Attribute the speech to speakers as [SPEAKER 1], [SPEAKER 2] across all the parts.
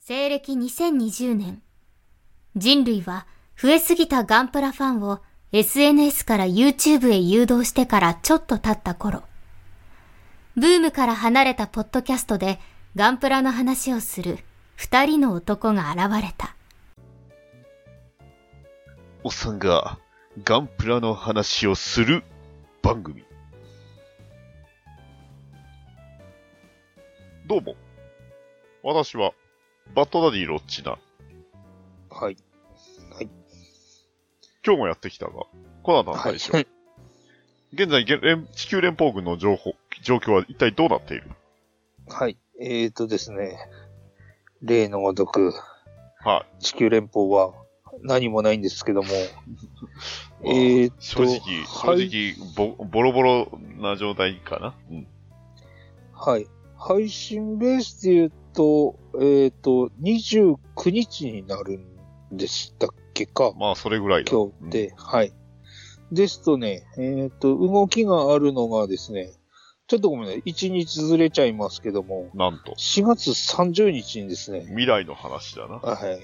[SPEAKER 1] 西暦2020年、人類は増えすぎたガンプラファンを SNS から YouTube へ誘導してからちょっと経った頃、ブームから離れたポッドキャストでガンプラの話をする二人の男が現れた。
[SPEAKER 2] おっさんがガンプラの話をする番組。どうも。私は、バッドダディロッチナ。
[SPEAKER 3] はい。はい。
[SPEAKER 2] 今日もやってきたが、コナンの話でしょ。
[SPEAKER 3] はい。
[SPEAKER 2] 現在現連地球連邦軍の情報、状況は一体どうなっている
[SPEAKER 3] はい。えーとですね。例のごとく、
[SPEAKER 2] は
[SPEAKER 3] 地球連邦は何もないんですけ ども、
[SPEAKER 2] い。
[SPEAKER 3] えーっと
[SPEAKER 2] 正直、正
[SPEAKER 3] はい
[SPEAKER 2] 直、ぼボロボロな状態かな。うん。
[SPEAKER 3] はい。配信ベースで言うと、えーと、29日になるんでしたっけか。
[SPEAKER 2] まあ、それぐらいだ。
[SPEAKER 3] 今日で、はい。ですとね、えーと、動きがあるのがですね、ちょっとごめんなさい。1日ずれちゃいますけども、
[SPEAKER 2] うんなんと、
[SPEAKER 3] 4月30日にですね、
[SPEAKER 2] 未来の話だな。
[SPEAKER 3] はい。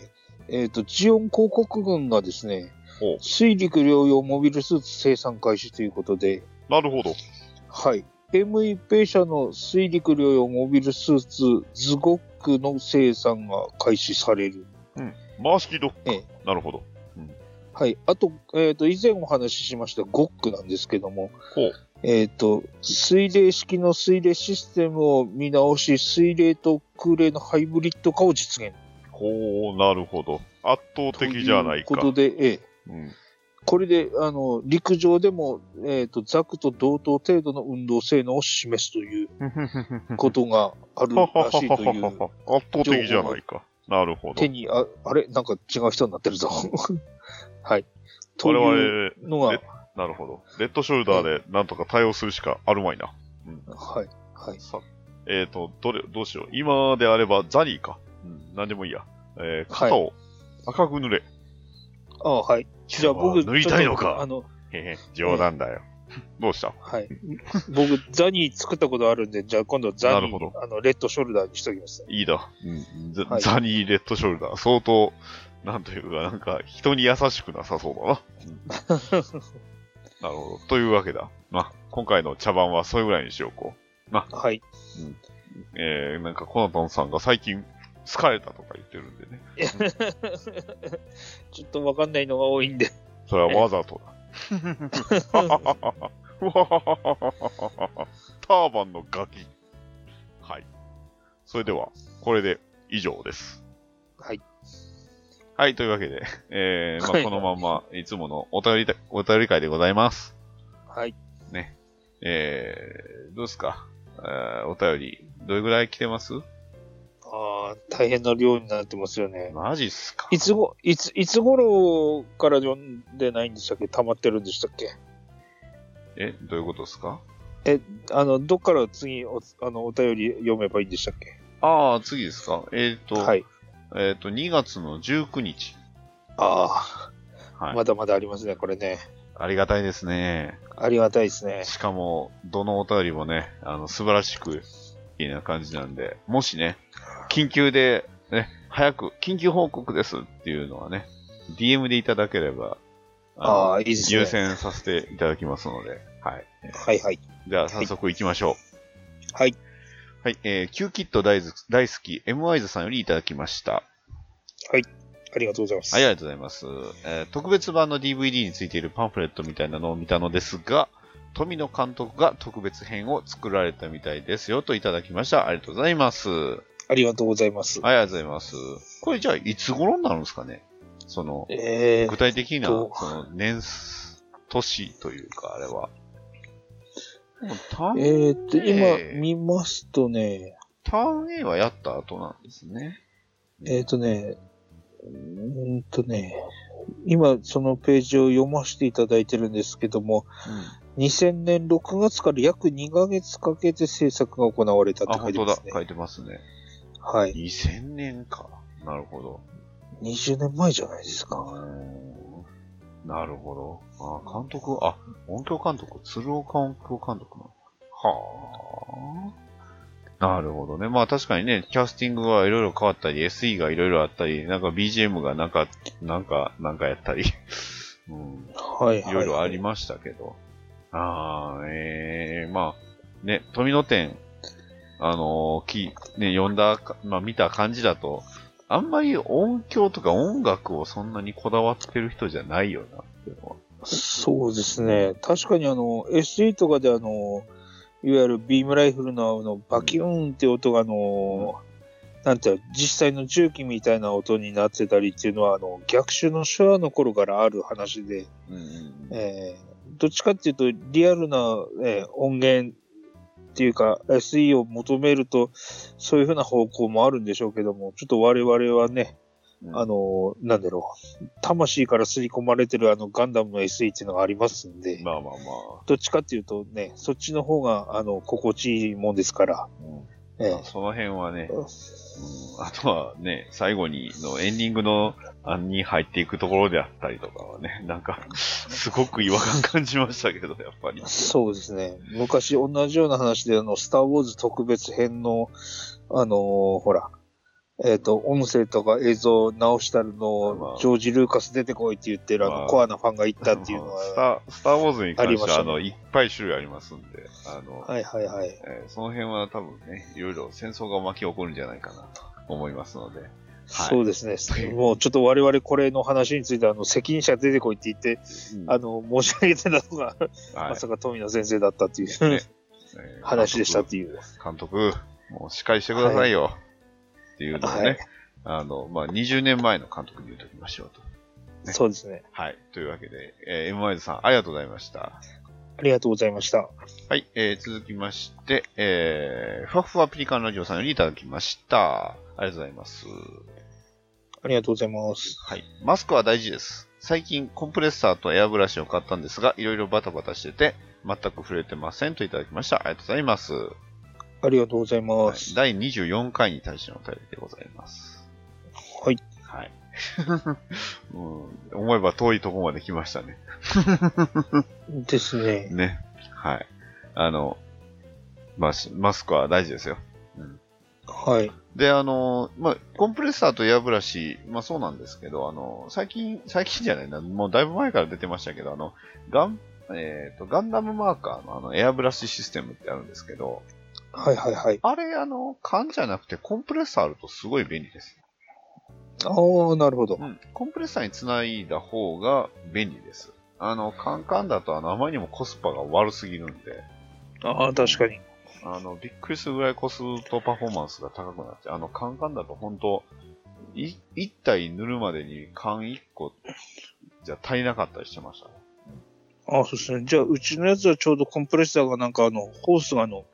[SPEAKER 3] えっ、と、ジオン広告軍がですね
[SPEAKER 2] ほう、
[SPEAKER 3] 水陸両用モビルスーツ生産開始ということで、
[SPEAKER 2] なるほど。
[SPEAKER 3] はい。MIP 社の水陸両用モビルスーツズゴックの生産が開始される。
[SPEAKER 2] 回し切りドック。
[SPEAKER 3] ええ
[SPEAKER 2] なるほど。
[SPEAKER 3] はい。あと、えっ、と、以前お話ししましたゴックなんですけども、
[SPEAKER 2] ほう。
[SPEAKER 3] えっ、と、水冷式の水冷システムを見直し、水冷と空冷のハイブリッド化を実現。
[SPEAKER 2] ほう、なるほど。圧倒
[SPEAKER 3] と
[SPEAKER 2] 的じゃないか。
[SPEAKER 3] うことで、ええ
[SPEAKER 2] うん、
[SPEAKER 3] これで、あの、陸上でも、えっ、と、ザクと同等程度の運動性能を示すという ことがある
[SPEAKER 2] ははは
[SPEAKER 3] らしいとい
[SPEAKER 2] は
[SPEAKER 3] う、
[SPEAKER 2] はは圧倒的じゃないか。なるほど
[SPEAKER 3] 手。に、ああれなんか違う人になってるぞ。 はい。と
[SPEAKER 2] 我
[SPEAKER 3] いう
[SPEAKER 2] 々、
[SPEAKER 3] のが、は
[SPEAKER 2] え
[SPEAKER 3] い。
[SPEAKER 2] なるほど。レッドショルダーでなんとか対応するしかあるまいな。
[SPEAKER 3] はい。
[SPEAKER 2] さえっ、と、どれ、どうしよう。今であればザニーか。うん、なんでもいいや。えー、肩を赤く塗れ。
[SPEAKER 3] ああ、はい。じゃあ僕、
[SPEAKER 2] 塗りたいの
[SPEAKER 3] ちょっとあ
[SPEAKER 2] か。
[SPEAKER 3] の、
[SPEAKER 2] へへ、冗談だよ。どうした
[SPEAKER 3] はい。僕、ザニー作ったことあるんで、じゃあ今度は
[SPEAKER 2] な
[SPEAKER 3] ザニ
[SPEAKER 2] るほど
[SPEAKER 3] ー、あの、レッドショルダーにしときます。
[SPEAKER 2] いいだ。うん、ザ
[SPEAKER 3] はい
[SPEAKER 2] ザニーレッドショルダー。相当、なんというか、なんか、人に優しくなさそうだな。なるほど。というわけだ。まあ、今回の茶番はそれぐらいにしようこ
[SPEAKER 3] はい。
[SPEAKER 2] う。えー、なんか、コナタンさんが最近、疲れたとか言ってるんでね。
[SPEAKER 3] ちょっとわかんないのが多いんで。
[SPEAKER 2] それはわざとだ。ターバンのガキ。はい。それでは、これで以上です。
[SPEAKER 3] はい。
[SPEAKER 2] はい、というわけで、えー、ま
[SPEAKER 3] は
[SPEAKER 2] あ、
[SPEAKER 3] い
[SPEAKER 2] このまんま、いつものお便りた、お便り会でございます。
[SPEAKER 3] はい。
[SPEAKER 2] えー、どうですかえーお便り、どれぐらい来てます
[SPEAKER 3] ああ、大変な量になってますよね。
[SPEAKER 2] マジっすか
[SPEAKER 3] いつご、いつ、いつ頃から読んでないんでしたっけ溜まってるんでしたっけ
[SPEAKER 2] え、どういうことですか
[SPEAKER 3] あの、どっから次お、あの、お便り読めばいいんでしたっけ
[SPEAKER 2] ああ、次ですかえっ、と、
[SPEAKER 3] はい。
[SPEAKER 2] えっ、と、2月の19日。
[SPEAKER 3] ああ、
[SPEAKER 2] はい。
[SPEAKER 3] まだまだありますね、これね。
[SPEAKER 2] ありがたいですね。
[SPEAKER 3] ありがたいですね。
[SPEAKER 2] しかも、どのお便りもね、あの、素晴らしく、いいな感じなんで、もしね、緊急で、ね、早く、緊急報告ですっていうのはね、DM でいただければ、
[SPEAKER 3] あ
[SPEAKER 2] の
[SPEAKER 3] あ、いいですね。
[SPEAKER 2] 優先させていただきますので、はい。
[SPEAKER 3] はいはい。
[SPEAKER 2] じゃあ、早速行きましょう。
[SPEAKER 3] はい。
[SPEAKER 2] はい、えー、キューキット大好き大好き、M ワイズさんよりいただきました。
[SPEAKER 3] ありがとうございます。
[SPEAKER 2] はい、ありがとうございます。えー特別版の DVD についているパンフレットみたいなのを見たのですが、富野監督が特別編を作られたみたいですよといただきました。ありがとうございます。はい、
[SPEAKER 3] ありがとうございます。
[SPEAKER 2] ありがとうございます。これじゃあ、いつ頃になるんですかねその、
[SPEAKER 3] え
[SPEAKER 2] 具
[SPEAKER 3] ー、
[SPEAKER 2] 体的な、
[SPEAKER 3] えっ
[SPEAKER 2] そ
[SPEAKER 3] と
[SPEAKER 2] の、年、年というか、あれは。でもターン、
[SPEAKER 3] えーっと、
[SPEAKER 2] えー
[SPEAKER 3] 今見ますとね、
[SPEAKER 2] ターン A はやった後なんですね。
[SPEAKER 3] えーっとね、うーんとね、今そのページを読ませていただいてるんですけども、2000年6月から約2ヶ月かけて制作が行われたっ
[SPEAKER 2] あ、
[SPEAKER 3] て書
[SPEAKER 2] 本
[SPEAKER 3] いて
[SPEAKER 2] 当
[SPEAKER 3] ま
[SPEAKER 2] だ
[SPEAKER 3] す。ね。
[SPEAKER 2] 書いてますね。
[SPEAKER 3] はい。
[SPEAKER 2] 2000年か。なるほど。
[SPEAKER 3] 20年前じゃないですか。
[SPEAKER 2] うーんなるほど。あ、監督、あ、音響監督、鶴岡音響監督なの。はなるほどね。まあ確かにね、キャスティングはいろいろ変わったり、SE がいろいろあったり、なんか BGM がなんか、なんか、なんかやったり、 うん、
[SPEAKER 3] はい、はい。
[SPEAKER 2] いろいろありましたけど。ああ、ええまあ、ね、富野店、あのーき、ね、読んだか、まあ見た感じだと、あんまり音響とか音楽をそんなにこだわってる人じゃないよな、っていうのは。
[SPEAKER 3] そうですね。確かにあの、SE とかであの、いわゆるビームライフルのあの、バキューンって音があの、なんていうの実際の銃器みたいな音になってたりっていうのは、あの、逆襲の昭和の頃からある話で、
[SPEAKER 2] うんうんうん
[SPEAKER 3] えーどっちかっていうと、リアルな、えー音源っていうか、SE を求めると、そういうふうな方向もあるんでしょうけども、ちょっと我々はね、
[SPEAKER 2] うん
[SPEAKER 3] あの、なんだろう、魂から刷り込まれてるあのガンダムの SE っていうのがありますんで、
[SPEAKER 2] まあまあま
[SPEAKER 3] どっちかっていうとね、そっちの方が、あの、心地いいもんですから、え
[SPEAKER 2] あ、うん、その辺はね
[SPEAKER 3] え、
[SPEAKER 2] うんあとはね、最後にのエンディングの案に入っていくところであったりとかはね、なんか、すごく違和感感じましたけど、やっぱり。
[SPEAKER 3] そうですね。昔同じような話で、あの、スター・ウォーズ特別編の、あのーほら、えっ、と、音声とか映像を直したるの
[SPEAKER 2] ま
[SPEAKER 3] を
[SPEAKER 2] あ、
[SPEAKER 3] ジョージ・ルーカス出てこいって言ってる、あ
[SPEAKER 2] まあ
[SPEAKER 3] の、コアなファンが言ったっていうの
[SPEAKER 2] ス
[SPEAKER 3] は、
[SPEAKER 2] タースター・ウォーズに関
[SPEAKER 3] あり
[SPEAKER 2] し
[SPEAKER 3] ま
[SPEAKER 2] て
[SPEAKER 3] し
[SPEAKER 2] は、
[SPEAKER 3] た
[SPEAKER 2] あ
[SPEAKER 3] ね
[SPEAKER 2] の、いっぱい種類ありますんで、あの、
[SPEAKER 3] はいはいはい。
[SPEAKER 2] えーその辺は多分ね、いろいろ戦争が巻き起こるんじゃないかなと思いますので、
[SPEAKER 3] そうですね。もうちょっと我々これの話について、あの、責任者出てこいって言って、あの、申し上げてたのが、
[SPEAKER 2] はい
[SPEAKER 3] まさか富野先生だったってい
[SPEAKER 2] ね
[SPEAKER 3] う
[SPEAKER 2] えー
[SPEAKER 3] 話でしたっていう。
[SPEAKER 2] 監督、もうしっかりしてくださいよ。っていうのをね、
[SPEAKER 3] はい
[SPEAKER 2] あの、まあ、20年前の監督に言うときましょうと。ね
[SPEAKER 3] そうですね。
[SPEAKER 2] はい。というわけで、えー、MYZ さん、ありがとうございました。
[SPEAKER 3] ありがとうございました。
[SPEAKER 2] はい。えー、続きまして、えー、ふわふわピリカンラジオさんよりいただきました。ありがとうございます。
[SPEAKER 3] ありがとうございます。
[SPEAKER 2] はい。マスクは大事です。最近、コンプレッサーとエアブラシを買ったんですが、いろいろバタバタしてて、全く触れてませんといただきました。ありがとうございます。は
[SPEAKER 3] ありがとうございま
[SPEAKER 2] い
[SPEAKER 3] す。
[SPEAKER 2] 第24回に対してのお便りでございます。
[SPEAKER 3] はい。
[SPEAKER 2] はい。 うん、思えば遠いとこまで来ましたね。
[SPEAKER 3] ですね。
[SPEAKER 2] ね。はい。あの、まあ、マスクは大事ですよ。
[SPEAKER 3] はい。
[SPEAKER 2] で、あの、まあ、コンプレッサーとエアブラシ、まあそうなんですけど、あの、最近、最近じゃないな、もうだいぶ前から出てましたけど、あの、ガン、えっ、と、ガンダムマーカーのあの、エアブラシシステムってあるんですけど、
[SPEAKER 3] はいはいはい。
[SPEAKER 2] あれ、あの、缶じゃなくてコンプレッサーあるとすごい便利です。
[SPEAKER 3] ああ、なるほど
[SPEAKER 2] う。ん、コンプレッサーにつないだ方が便利です。あの、カンカンだとあの、あまりにもコスパが悪すぎるんで、
[SPEAKER 3] ああ、確かに。
[SPEAKER 2] あの、びっくりするぐらいコストパフォーマンスが高くなって、あの、缶缶だと本当い1体塗るまでに缶1個じゃ足りなかったりしてましたね。
[SPEAKER 3] ああ、そうですね。じゃあ、うちのやつはちょうどコンプレッサーがなんかあの、ホースがあの、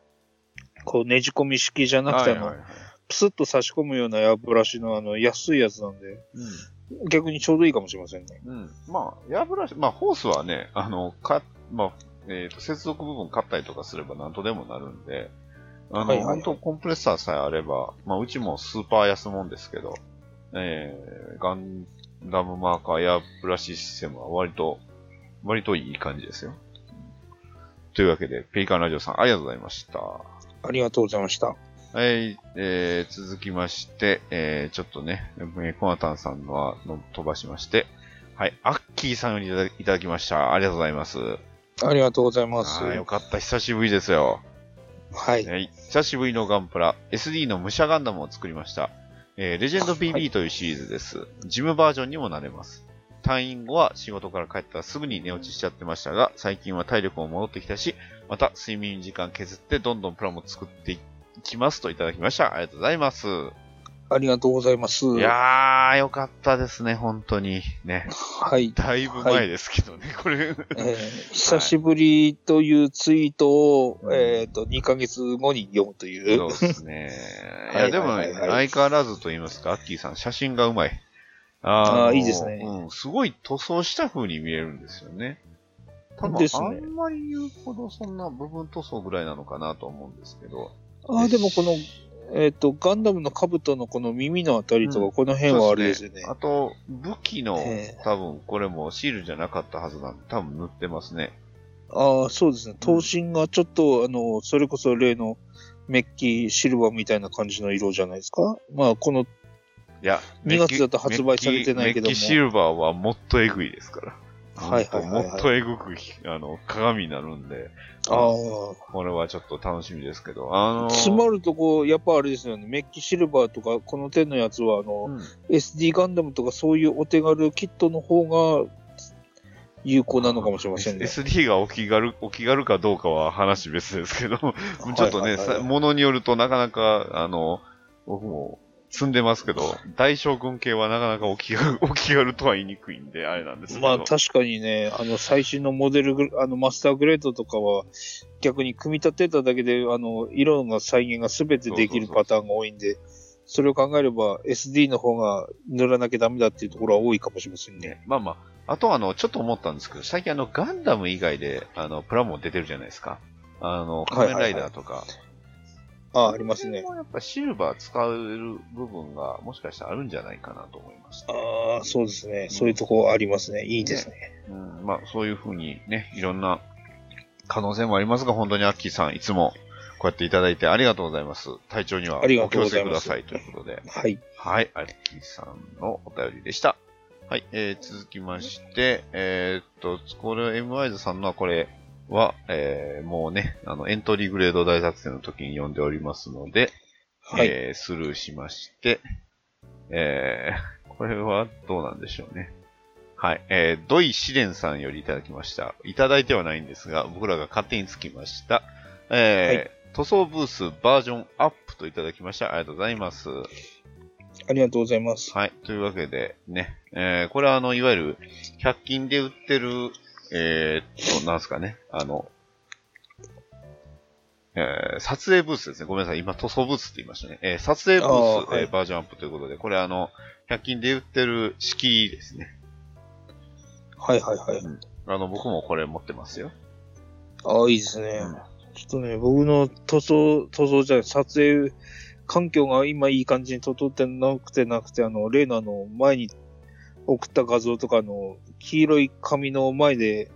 [SPEAKER 3] こうねじ込み式じゃなくてあの、
[SPEAKER 2] はいはいはい
[SPEAKER 3] プスッと差し込むようなエアブラシのあの、安いやつなんで、逆にちょうどいいかもしれませんね。
[SPEAKER 2] うん。うん。まあ、エアブラシ、まあ、ホースはね、あの、か、まあ、えっ、と、接続部分買ったりとかすれば何とでもなるんで、あの、
[SPEAKER 3] はいはいはい
[SPEAKER 2] 本当コンプレッサーさえあれば、まあ、うちもスーパー安もんですけど、えー、ガンダムマーカーやブラシシステムは割と、割といい感じですよ。というわけで、ペリカンラジオさん、ありがとうございました。
[SPEAKER 3] ありがとうございました。
[SPEAKER 2] はい、えー、続きまして、えー、ちょっとね、えーコナタンさんのはの飛ばしまして、はい、アッキーさんよりいただいただきました。ありがとうございます。
[SPEAKER 3] ありがとうございま
[SPEAKER 2] あ
[SPEAKER 3] す。
[SPEAKER 2] ーよかった、久しぶりですよ。
[SPEAKER 3] はい。
[SPEAKER 2] はい、久しぶりのガンプラ、SD の武者ガンダムを作りました。えーレジェンド
[SPEAKER 3] は
[SPEAKER 2] BB
[SPEAKER 3] い
[SPEAKER 2] というシリーズです。ジムバージョンにもなれます。退院後は仕事から帰ったらすぐに寝落ちしちゃってましたが、最近は体力も戻ってきたし、また睡眠時間削ってどんどんプラも作っていきますといただきました。ありがとうございます。
[SPEAKER 3] ありがとうございます。
[SPEAKER 2] いやー、よかったですね、本当に。ね。
[SPEAKER 3] はい。
[SPEAKER 2] だいぶ前ですけどね、これ。
[SPEAKER 3] えー久しぶりというツイートを、
[SPEAKER 2] はい
[SPEAKER 3] えっ、と、2ヶ月後に読むという。
[SPEAKER 2] そうですね。い
[SPEAKER 3] は
[SPEAKER 2] や、
[SPEAKER 3] い
[SPEAKER 2] でも、
[SPEAKER 3] はいはいは
[SPEAKER 2] 相変わらずと言いますか、アッキーさん、写真がうまい。あ
[SPEAKER 3] あー
[SPEAKER 2] の
[SPEAKER 3] いいですね
[SPEAKER 2] うん、すごい塗装した風に見えるんですよね。多分、
[SPEAKER 3] です
[SPEAKER 2] あ
[SPEAKER 3] ね
[SPEAKER 2] んまり言うほどそんな部分塗装ぐらいなのかなと思うんですけど。
[SPEAKER 3] ああ、でもこの、えっ、と、ガンダムの兜のこの耳のあたりとか、
[SPEAKER 2] うん
[SPEAKER 3] この辺はあれですよね。
[SPEAKER 2] あと、武器の
[SPEAKER 3] え、
[SPEAKER 2] 多分これもシールじゃなかったはずなんで、多分塗ってますね。
[SPEAKER 3] ああ、そうですね。頭身がちょっと、あの、それこそ例の、メッキシルバーみたいな感じの色じゃないですか。まあ、この、
[SPEAKER 2] いや、
[SPEAKER 3] 2月
[SPEAKER 2] メッキ
[SPEAKER 3] だと発売されてないけど
[SPEAKER 2] メッキメッ
[SPEAKER 3] も
[SPEAKER 2] キシルバーはもっとえぐいですから。
[SPEAKER 3] はいはいはいはい
[SPEAKER 2] もっとえぐくひ、あの、鏡になるんで、
[SPEAKER 3] あ
[SPEAKER 2] これはちょっと楽しみですけど、あ
[SPEAKER 3] あ、
[SPEAKER 2] のー
[SPEAKER 3] 詰まるとこ、やっぱあれですよね、メッキシルバーとか、この手のやつは、あの、
[SPEAKER 2] うん
[SPEAKER 3] SD ガンダムとかそういうお手軽キットの方が有効なのかもしれませんね。
[SPEAKER 2] SD がお気軽、お気軽かどうかは話別ですけ ど、ちょっと
[SPEAKER 3] は
[SPEAKER 2] ね、
[SPEAKER 3] いはいはいはい
[SPEAKER 2] さものによるとなかなか、あの、僕も積んでますけど、大将軍系はなかなかお気軽、お気軽とは言いにくいんで、あれなんですけど。
[SPEAKER 3] まあ確かにね、あの最新のモデルグレ、あのマスターグレードとかは、逆に組み立てただけで、あの色の再現が全てできるパターンが多いんで、それを考えれば SD の方が塗らなきゃダメだっていうところは多いかもしれませんね。
[SPEAKER 2] まあまあ、あとはあの、ちょっと思ったんですけど、最近あの、ガンダム以外で、あの、プラモ出てるじゃないですか。あの、仮面ライダーとか。
[SPEAKER 3] ああ、ありますね
[SPEAKER 2] こ。れもやっぱシルバー使える部分が、もしかしたらあるんじゃないかなと思いました。
[SPEAKER 3] ああ、そうですね。そういうところありますね。いいですね。
[SPEAKER 2] うん、まあ、そういうふうにね、いろんな可能性もありますが、本当にアッキーさん、いつもこうやっていただいてありがとうございます。体調には
[SPEAKER 3] ありが
[SPEAKER 2] お気
[SPEAKER 3] とう
[SPEAKER 2] を
[SPEAKER 3] ご
[SPEAKER 2] つ
[SPEAKER 3] ざ
[SPEAKER 2] け
[SPEAKER 3] い
[SPEAKER 2] く
[SPEAKER 3] ま
[SPEAKER 2] だ
[SPEAKER 3] す
[SPEAKER 2] さいということで。
[SPEAKER 3] はい。
[SPEAKER 2] はい、アッキーさんのお便りでした。はい、えー、続きまして、えーっと、これ、m ワイズさんのはこれは、えー、もうね、あの、エントリーグレード大作戦の時に読んでおりますので、
[SPEAKER 3] はい。
[SPEAKER 2] えースルーしまして、えーこれはどうなんでしょうね。はい。えー、ドイ試練さんよりいただきました。いただいてはないんですが、僕らが勝手につきました。えー
[SPEAKER 3] は
[SPEAKER 2] 塗装ブースバージョンアップといただきました。ありがとうございます。
[SPEAKER 3] ありがとうございます。
[SPEAKER 2] はい。というわけでね、えーこれはあの、いわゆる、100均で売ってる、えーっと、なんすかね、あの、えー撮影ブースですね。ごめんなさい。今、塗装ブースって言いましたね。えー撮影ブース
[SPEAKER 3] あーはい
[SPEAKER 2] えーバージョンアップということで、これあの、100均で売ってる式ですね。
[SPEAKER 3] はいはいはい。
[SPEAKER 2] あの、僕もこれ持ってますよ。
[SPEAKER 3] ああ、いいですね。
[SPEAKER 2] うん
[SPEAKER 3] ちょっとね、僕の塗装、塗装じゃない、撮影環境が今いい感じに整ってなくてなくて、あの、例のあの、前に送った画像とかあの、黄色い紙の前で、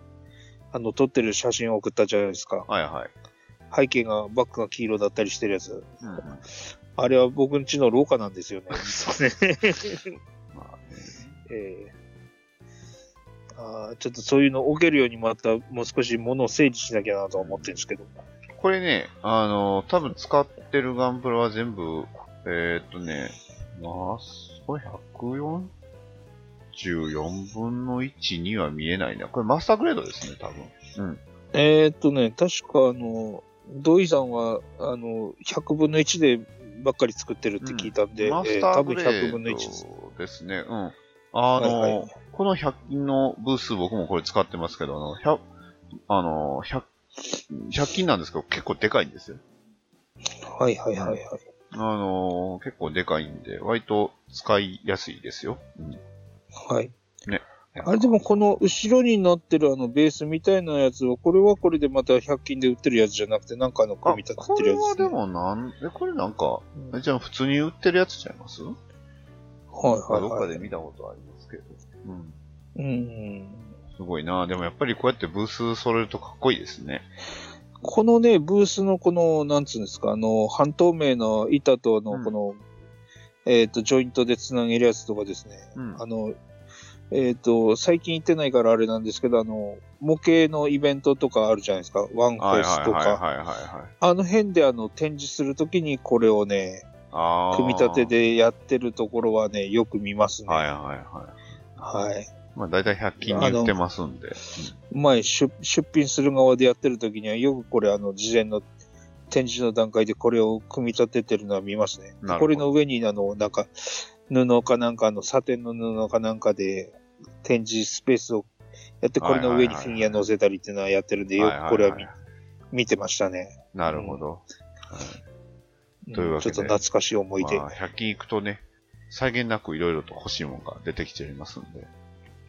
[SPEAKER 3] あの、撮ってる写真を送ったじゃないですか。
[SPEAKER 2] はいはい。
[SPEAKER 3] 背景が、バックが黄色だったりしてるやつ。
[SPEAKER 2] うんうん
[SPEAKER 3] あれは僕ん家の廊下なんですよね。 そうね。
[SPEAKER 2] まあね
[SPEAKER 3] えーあーちょっとそういうの置けるようにまたもう少し物を整理しなきゃなとは思ってるんですけど。
[SPEAKER 2] これね、あの、多分使ってるガンプラは全部、えーっとね、まあ、これ144分の1には見えないな。これマスターグレードですね、多分。
[SPEAKER 3] えーっとね、確かあの、土井さんは、あの、100分の1でばっかり作ってるって聞いたんで、
[SPEAKER 2] マ
[SPEAKER 3] え
[SPEAKER 2] スタ
[SPEAKER 3] ー多
[SPEAKER 2] ーグ
[SPEAKER 3] 分
[SPEAKER 2] レ
[SPEAKER 3] 100
[SPEAKER 2] ー
[SPEAKER 3] 分の1です。
[SPEAKER 2] ドですね。うん。あの、
[SPEAKER 3] はいはい
[SPEAKER 2] この100均のブース、僕もこれ使ってますけど、あの、100、あの、100、100均なんですけど、結構でかいんですよ。
[SPEAKER 3] はいはいはいはい。
[SPEAKER 2] あの、結構でかいんで、割と使いやすいですよ。うん。
[SPEAKER 3] はい。
[SPEAKER 2] ね
[SPEAKER 3] あれでもこの後ろになってるあのベースみたいなやつは、これはこれでまた100均で売ってるやつじゃなくて、なんかあの
[SPEAKER 2] あ
[SPEAKER 3] 組み立
[SPEAKER 2] こ
[SPEAKER 3] てて
[SPEAKER 2] れ
[SPEAKER 3] るやつ
[SPEAKER 2] は
[SPEAKER 3] です、
[SPEAKER 2] で
[SPEAKER 3] ね。
[SPEAKER 2] もなん、え、これなんか、
[SPEAKER 3] うん
[SPEAKER 2] えじゃあ普通に売ってるやつちゃいますどっかどっ
[SPEAKER 3] はいはい
[SPEAKER 2] か
[SPEAKER 3] はい。
[SPEAKER 2] で見たことありますけど。うん。
[SPEAKER 3] うん。
[SPEAKER 2] すごいなでもやっぱりこうやってブース揃えるとかっこいいですね。
[SPEAKER 3] このね、ブースのこの、なんつうんですか、あの、半透明の板と
[SPEAKER 2] う
[SPEAKER 3] の
[SPEAKER 2] ん
[SPEAKER 3] この、えーっ、と、ジョイントでつなげるやつとかですね。
[SPEAKER 2] うん
[SPEAKER 3] あの、えっ、と、最近行ってないからあれなんですけど、あの、模型のイベントとかあるじゃないですか。ワンコ
[SPEAKER 2] はいは
[SPEAKER 3] ース
[SPEAKER 2] い
[SPEAKER 3] と
[SPEAKER 2] はい
[SPEAKER 3] か。
[SPEAKER 2] はいはいはい。
[SPEAKER 3] あの辺であの、展示するときにこれをね、
[SPEAKER 2] あー
[SPEAKER 3] 組み立て。でやってるところはね、よく見ますね。
[SPEAKER 2] はい
[SPEAKER 3] い。
[SPEAKER 2] はいはい。
[SPEAKER 3] はい。
[SPEAKER 2] まあ大体100均に売ってますんで。
[SPEAKER 3] 前出、出品する側でやってるときには、よくこれあの、事前の展示の段階でこれを組み立ててるのは見ます
[SPEAKER 2] な
[SPEAKER 3] ね。
[SPEAKER 2] るほど
[SPEAKER 3] これの上にあの、なんか、布かなんかの、サテンの布かなんかで展示スペースをやって、これの上にフィギュア乗せたりっていうのはやってるんで、
[SPEAKER 2] うん
[SPEAKER 3] よくこれは見
[SPEAKER 2] いい
[SPEAKER 3] 見てましたね。
[SPEAKER 2] いなるほど。
[SPEAKER 3] うん
[SPEAKER 2] というわけで
[SPEAKER 3] ちょっと懐かしい思い出。
[SPEAKER 2] まあ、100均行くとね、際限なくいろいろと欲しいものが出てきちゃいますんで。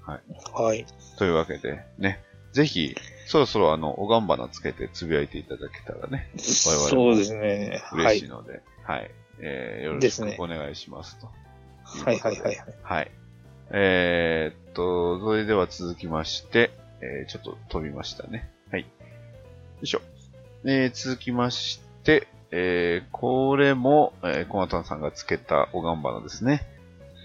[SPEAKER 3] はい。
[SPEAKER 2] というわけで、ね。ぜひ、そろそろあの、おがんばなつけてつぶやいていただけたらね。々も
[SPEAKER 3] そうですね。は
[SPEAKER 2] 嬉しい
[SPEAKER 3] い。
[SPEAKER 2] ので、はい、えーよろ
[SPEAKER 3] で
[SPEAKER 2] し
[SPEAKER 3] すね
[SPEAKER 2] くお願いしますと。
[SPEAKER 3] はいはいはい。
[SPEAKER 2] はい。えーっと、それでは続きまして、えーちょっと飛びましたね。はい。よいしょ。えー続きまして、えーこれも、えー、コナタンさんがつけたおがんばなですね。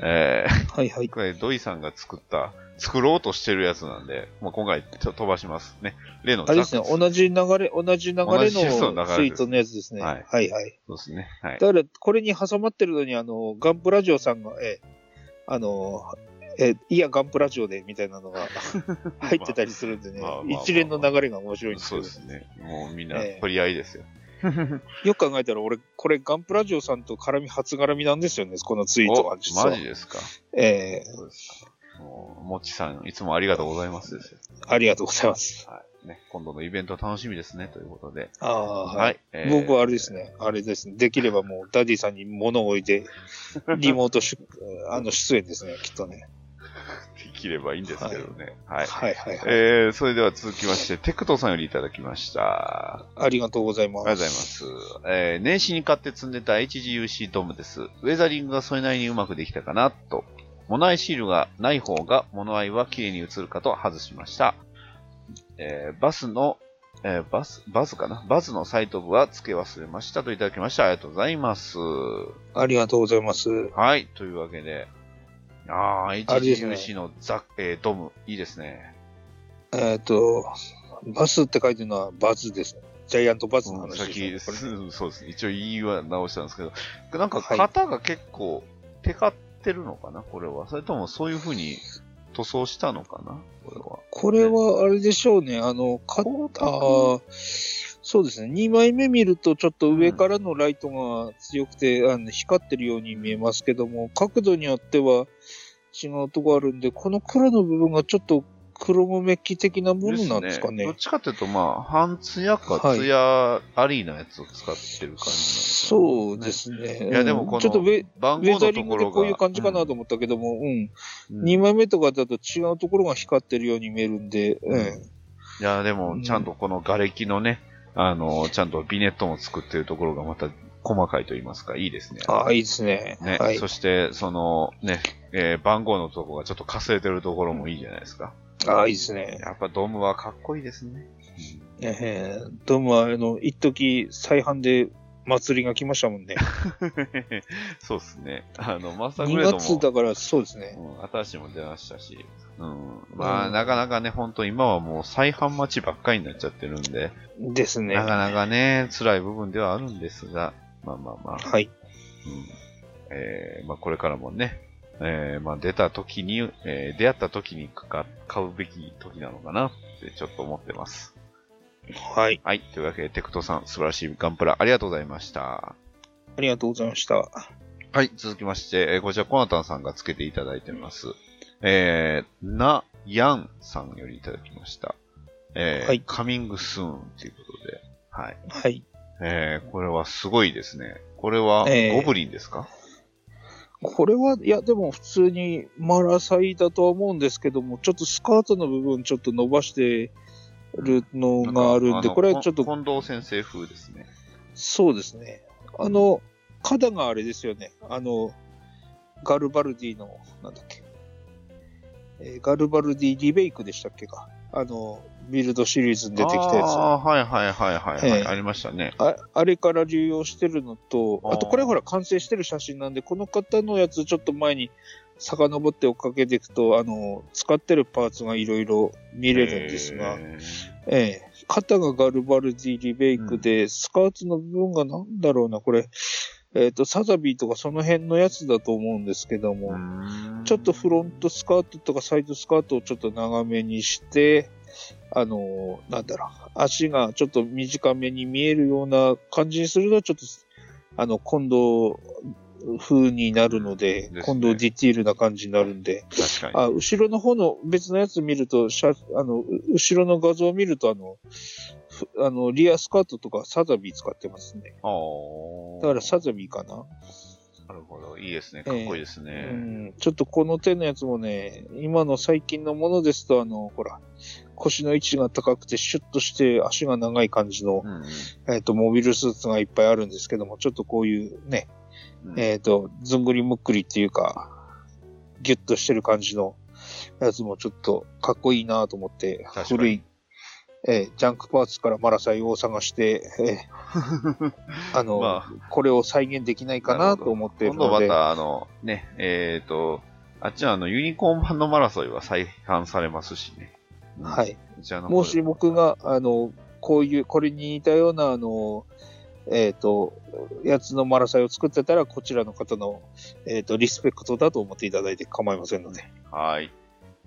[SPEAKER 2] えー
[SPEAKER 3] はいはい。
[SPEAKER 2] これ、ドイさんが作った、作ろうとしてるやつなんで、まあ、今回ちょっと飛ばしますね。例の
[SPEAKER 3] あれですね、
[SPEAKER 2] ザク
[SPEAKER 3] 同じ流れ、同じ流れの
[SPEAKER 2] 同じ
[SPEAKER 3] ツ
[SPEAKER 2] シフトの流れです
[SPEAKER 3] イートのやつですね。
[SPEAKER 2] はい
[SPEAKER 3] はいはい。
[SPEAKER 2] そうですね。はい。
[SPEAKER 3] だから、これに挟まってるのに、あの、ガンプラジオさんが、え、あの、え、いや、ガンプラジオで、みたいな のが入ってたりするんでね
[SPEAKER 2] まあまあ、まあ
[SPEAKER 3] 一連の流れが面白いんです
[SPEAKER 2] そう
[SPEAKER 3] けど
[SPEAKER 2] で。すね。もうみんな
[SPEAKER 3] ええ
[SPEAKER 2] 取り合いですよ。
[SPEAKER 3] よく考えたら、俺、これ、ガンプラジオさんと絡み、初絡みなんですよね、このツイート
[SPEAKER 2] お
[SPEAKER 3] は、実は
[SPEAKER 2] マジ。ですか。
[SPEAKER 3] ええ
[SPEAKER 2] そうですか。もう、もっちさん、いつもありがとうございますですよ。
[SPEAKER 3] ありがとうございます。
[SPEAKER 2] はい。ね、今度のイベント楽しみですね、ということで。
[SPEAKER 3] ああ、はい。
[SPEAKER 2] はい。えー
[SPEAKER 3] 僕はあれですね、あれですね、できればもう、ダディさんに物を置い て、リモート出あの出演ですね、きっとね。
[SPEAKER 2] できればいいんですけどね。はい。
[SPEAKER 3] はいはいはい。
[SPEAKER 2] えー、それでは続きまして、テクトさんよりいただきました。
[SPEAKER 3] ありがとうございます。
[SPEAKER 2] ありがとうございま。す。えー年始に買って積んでた HGUC ドームです。ウェザリングがそれなりにうまくできたかな、と。モノアイシールがない方が、モノアイは綺麗に映るかと外しました。えーバスの、えーバス、バスかなバスのサイト部は付け忘れましたといただきました。ありがとうございます。
[SPEAKER 3] ありがとうございます。
[SPEAKER 2] はい、というわけで。ああ、
[SPEAKER 3] あれですね
[SPEAKER 2] HGUC のザ、えードーム、いいですね。
[SPEAKER 3] えっ、と、バスって書いてるのはバズですね。ジャイアントバズの
[SPEAKER 2] うん
[SPEAKER 3] 話
[SPEAKER 2] さっ
[SPEAKER 3] で
[SPEAKER 2] き
[SPEAKER 3] す、ね、これ
[SPEAKER 2] うんそうですね。一応言いは直したんですけど、なんか
[SPEAKER 3] はい
[SPEAKER 2] 型が結構テカってるのかな、これは。それともそういう風に塗装したのかなこれは。
[SPEAKER 3] これはあれでしょうね、あの、かあーそうですね、2枚目見るとちょっと上からのライトが強くて、あの光ってるように見えますけども、角度によっては違うとこあるんで、この黒の部分がちょっと黒もめっき的なものなんですかね。
[SPEAKER 2] どっちかっていうと、まあ、半ツヤか
[SPEAKER 3] はい
[SPEAKER 2] ツヤありのやつを使ってる感じなんですよね
[SPEAKER 3] そうで。すね。
[SPEAKER 2] いや、でもこの、
[SPEAKER 3] うんちょっとウェウ
[SPEAKER 2] 番号
[SPEAKER 3] ェ
[SPEAKER 2] の
[SPEAKER 3] ザ
[SPEAKER 2] と
[SPEAKER 3] リン
[SPEAKER 2] こ
[SPEAKER 3] グで
[SPEAKER 2] ろが。
[SPEAKER 3] こういう感じかなと思ったけども、うん。
[SPEAKER 2] うん
[SPEAKER 3] 2枚目とかだと違うところが光ってるように見えるんで、うん。
[SPEAKER 2] いや、でも、ちゃんとこの瓦礫のね、あの、ちゃんとビネットも作ってるところがまた細かいと言いますか、いいですね。
[SPEAKER 3] ああ、いいですね。
[SPEAKER 2] ね、
[SPEAKER 3] はい。
[SPEAKER 2] そして、そのね、えー番号のとこがちょっとかすれてるところもいいじゃないですか。
[SPEAKER 3] ああ、いいですね。
[SPEAKER 2] やっぱドームはかっこいいですね。
[SPEAKER 3] ええどうも、あの、一時再販で祭りが来ましたもんね。
[SPEAKER 2] そうですね。 あの、マスターグ
[SPEAKER 3] 2
[SPEAKER 2] レード
[SPEAKER 3] 月
[SPEAKER 2] も、
[SPEAKER 3] だから、そうですね。
[SPEAKER 2] うん、新しいも出ましたし、うん、まあ、
[SPEAKER 3] うん
[SPEAKER 2] なかなかね、本当今はもう再販待ちばっかりになっちゃってるんで、
[SPEAKER 3] ですね。
[SPEAKER 2] なかなかね、辛い部分ではあるんですが、まあまあまあ、
[SPEAKER 3] はい。
[SPEAKER 2] うんえーまあ、これからもね、えーまあ、出た時に、えー出会った時にか買うべき時なのかなってちょっと思ってます。
[SPEAKER 3] はい。
[SPEAKER 2] はい。というわけで、テクトさん、素晴らしいガンプラ、ありがとうございました。
[SPEAKER 3] ありがとうございました。
[SPEAKER 2] はい。続きまして、えーこちら、コナタンさんがつけていただいてます。えー、な、やんさんよりいただきました。えー、
[SPEAKER 3] はい
[SPEAKER 2] カミングスーンということで、はい。
[SPEAKER 3] はい。
[SPEAKER 2] えー、これはすごいですね。これは、
[SPEAKER 3] えー
[SPEAKER 2] ゴブリンですか、
[SPEAKER 3] これは、いや、でも普通にマラサイだとは思うんですけども、ちょっとスカートの部分ちょっと伸ばしてるの
[SPEAKER 2] なん
[SPEAKER 3] が
[SPEAKER 2] か
[SPEAKER 3] あるんで、
[SPEAKER 2] の
[SPEAKER 3] これはちょっと、
[SPEAKER 2] こん近藤先生風ですね。
[SPEAKER 3] そうですね。あの、肩があれですよね。あの、ガルバルディの、なんだっけ。えーガルバルディリベイクでしたっけか。あの、ビルドシリーズに出てきたやつ。あ
[SPEAKER 2] ああー、はいはいはいはい、はい
[SPEAKER 3] ええ
[SPEAKER 2] ありましたね。
[SPEAKER 3] あれから流用してるのと、
[SPEAKER 2] あー
[SPEAKER 3] あとこれほら完成してる写真なんで、この方のやつちょっと前に遡って追っかけていくと、あの、使ってるパーツがいろいろ見れるんですが、
[SPEAKER 2] えー
[SPEAKER 3] ええ、肩がガルバルディリベイクで、スカーツの部分がなんだろうな、これ、えっ、と、サザビーとかその辺のやつだと思うんですけども、ちょっとフロントスカートとかサイドスカートをちょっと長めにして、あのーなんだろう、足がちょっと短めに見えるような感じにすると、ちょっと、あの、今度風になるので、
[SPEAKER 2] ですね
[SPEAKER 3] 今度ディティールな感じになるんで、
[SPEAKER 2] 確か
[SPEAKER 3] あ後ろの方の別のやつ見ると、シャあのう後ろの画像を見るとあの、ふあのリアスカートとかサザビー使ってますね。
[SPEAKER 2] に。
[SPEAKER 3] だからサザビーかな。
[SPEAKER 2] なるほど。いいですね。かっこいいです
[SPEAKER 3] う
[SPEAKER 2] ね。
[SPEAKER 3] ん、ちょっとこの手のやつもね、今の最近のものですと、あの、ほら、腰の位置が高くてシュッとして足が長い感じの、
[SPEAKER 2] うん
[SPEAKER 3] えっ、と、モビルスーツがいっぱいあるんですけども、ちょっとこういうね、
[SPEAKER 2] うん
[SPEAKER 3] えっ、と、ずんぐりむっくりっていうか、ギュッとしてる感じのやつもちょっとかっこいいなと思って
[SPEAKER 2] 確か、に
[SPEAKER 3] 古い、えージャンクパーツからマラサイを探して、えーあの、
[SPEAKER 2] まあ、
[SPEAKER 3] これを再現できないか
[SPEAKER 2] なる
[SPEAKER 3] な
[SPEAKER 2] ほど
[SPEAKER 3] と思っている
[SPEAKER 2] 今度
[SPEAKER 3] の
[SPEAKER 2] ま
[SPEAKER 3] で、
[SPEAKER 2] た、あの、ね、えっ、ー、と、あっちはあの、ユニコーン版のマラソンは再販されますしね。うん
[SPEAKER 3] はい。
[SPEAKER 2] うちはあの
[SPEAKER 3] もし僕が、あの、こういう、これに似たような、あの、えっ、と、やつのマラサイを作ってたら、こちらの方の、えっ、と、リスペクトだと思っていただいて構いませんので。
[SPEAKER 2] はい。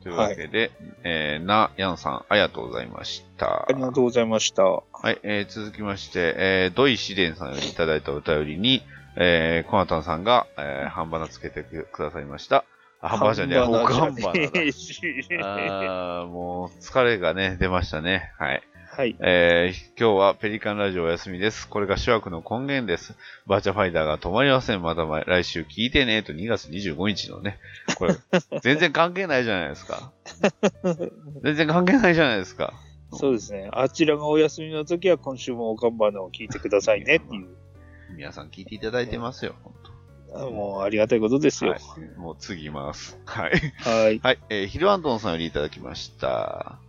[SPEAKER 2] というわけで、えーな、やんさん、ありがとうございました。
[SPEAKER 3] ありがとうございました。は
[SPEAKER 2] はい、えー続きまして、えー、土井紫伝さんよりいただいたお便りに、えー、コナタンさんが、えー、半ばなつけてくくださいました。あ、半ばなじゃねえ、ほかんばなだ。 あーもう、疲れがね、出ましたね。はい。
[SPEAKER 3] はい。
[SPEAKER 2] えー今日はペリカンラジオお休みです。これが主役の根源です。バーチャファイターが止まりません。またま来週聞いてね。と2月25日のね。こ れ、全然関係ないじゃないですか。全然関係ないじゃないですか。
[SPEAKER 3] そうですね。あちらがお休みの時は、今週もおかんばなを聞いてくださいねっていう。
[SPEAKER 2] 皆さん聞いていただいてますよ。本
[SPEAKER 3] あもう、ありがたいことです
[SPEAKER 2] 当
[SPEAKER 3] よ
[SPEAKER 2] は。い。もう次います。はい。
[SPEAKER 3] はい。
[SPEAKER 2] はい。えーヒルアントンさんよりいただきました。は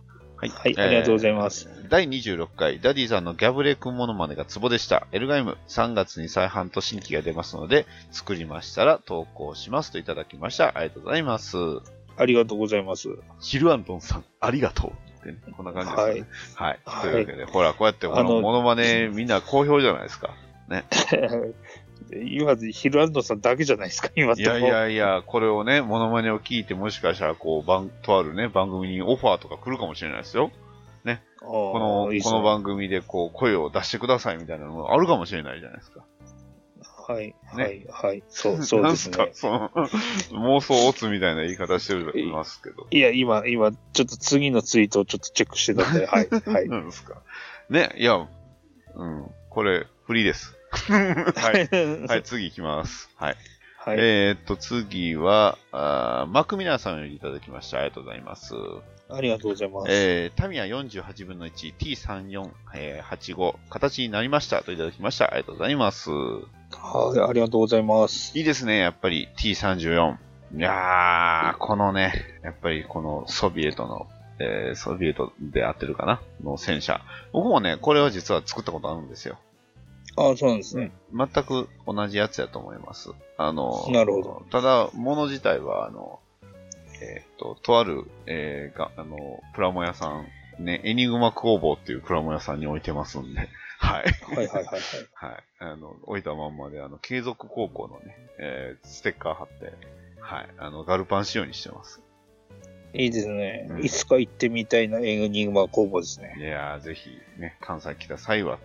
[SPEAKER 2] い。
[SPEAKER 3] はいありがとうございます
[SPEAKER 2] えー。第26回、ダディさんのギャブレ君モノマネがツボでした。エルガイム、3月に再販と新規が出ますので、作りましたら投稿しますといただきました。ありがとうございます。
[SPEAKER 3] ありがとうございます。
[SPEAKER 2] ヒルアントンさん、ありがとう。ってね、こんな感じです、ね。
[SPEAKER 3] はい。
[SPEAKER 2] はい。
[SPEAKER 3] はい
[SPEAKER 2] というわけで、ほら、こうやってこ
[SPEAKER 3] あ
[SPEAKER 2] の
[SPEAKER 3] の
[SPEAKER 2] モノマネ、みんな好評じゃないですか。
[SPEAKER 3] 今、ヒルアンドさんだけじゃないですか、今
[SPEAKER 2] いやいやいや、これをね、モノマネを聞いて、もしかしたら、こう、番、とあるね、番組にオファーとか来るかもしれないですよ。こ
[SPEAKER 3] こ
[SPEAKER 2] の、この
[SPEAKER 3] 場
[SPEAKER 2] 番組で、こう、声を出してくださいみたいなのがあるかもしれないじゃないですか。
[SPEAKER 3] はい、
[SPEAKER 2] ね
[SPEAKER 3] はい、はい。 そう、そうです
[SPEAKER 2] なん
[SPEAKER 3] ね
[SPEAKER 2] か。その、妄想オツみたいな言い方してると思いますけど。
[SPEAKER 3] いや、今、今、ちょっと次のツイートをちょっとチェックしてたんで、 はい、 はい。
[SPEAKER 2] なんですか。ね、いや、うん、これ、フリー です。はい。は、
[SPEAKER 3] はい
[SPEAKER 2] 次行きます。はい。
[SPEAKER 3] はい。
[SPEAKER 2] えーっと、次は、あーマクミナーさんよりいただきました。ありがとうございます。
[SPEAKER 3] ありがとうございます。
[SPEAKER 2] えー、タミヤ48分の 1T3485、えー85形になりましたといただきました。ありがとうございます。
[SPEAKER 3] はい、ありがとうございます。
[SPEAKER 2] いいですね、やっぱり T34。いやー、このね、やっぱりこのソビエトの、えーソビエトで合ってるかなの戦車。僕もね、これは実は作ったことあるんですよ。
[SPEAKER 3] あそうなんですね。
[SPEAKER 2] 全く同じやつやと思います。あの、
[SPEAKER 3] なるほど。
[SPEAKER 2] ただ、物自体は、あの、えっ、と、とある、えーが、あの、プラモ屋さん、ね、エニグマ工房っていうプラモ屋さんに置いてますんで、はい。
[SPEAKER 3] はい、はい、はい。はい
[SPEAKER 2] はい。あの、置いたまんまで、あの、継続高校のね、えーステッカー貼って、はい。あの、ガルパン仕様にしてます。
[SPEAKER 3] いいですね
[SPEAKER 2] う。ん
[SPEAKER 3] いつか行ってみたいなエニグマ工房ですね。
[SPEAKER 2] いやー、ぜひ、ね、関西来た際は、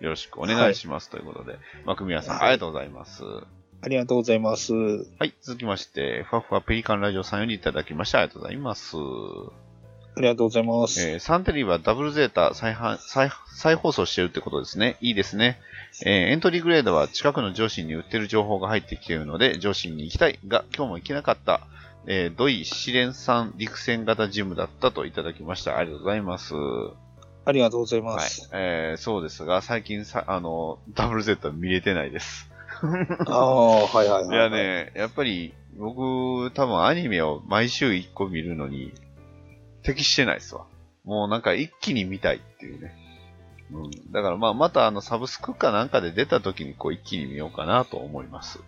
[SPEAKER 2] よろしくお願いします、ということで、マクミヤさん、
[SPEAKER 3] はい
[SPEAKER 2] ありがとうございます。
[SPEAKER 3] ありがとうございます。
[SPEAKER 2] はい、続きまして、ふわふわペリカンラジオさんよりいただきました。ありがとうございます。
[SPEAKER 3] ありがとうございます。
[SPEAKER 2] えーサンテリーはダブルゼータ再販再再放送してるってことですね。いいですね、えーエントリーグレードは近くの上司に売ってる情報が入ってきているので、上司に行きたいが、今日も行けなかった。えー、土井試練さん陸戦型ジムだったといただきました。ありがとうございます。は
[SPEAKER 3] ありがとうございま
[SPEAKER 2] い
[SPEAKER 3] す。。
[SPEAKER 2] えーそうですが、最近さ、あの、ダブルゼータ見れてないです。
[SPEAKER 3] ああ、はい、はい、
[SPEAKER 2] い
[SPEAKER 3] はい。
[SPEAKER 2] や。ね、やっぱり、僕、多分アニメを毎週1個見るのに、適してないですわ。もうなんか一気に見たいっていうね。うん、だからまあ、またあの、サブスクかなんかで出た時にこう、一気に見ようかなと思います。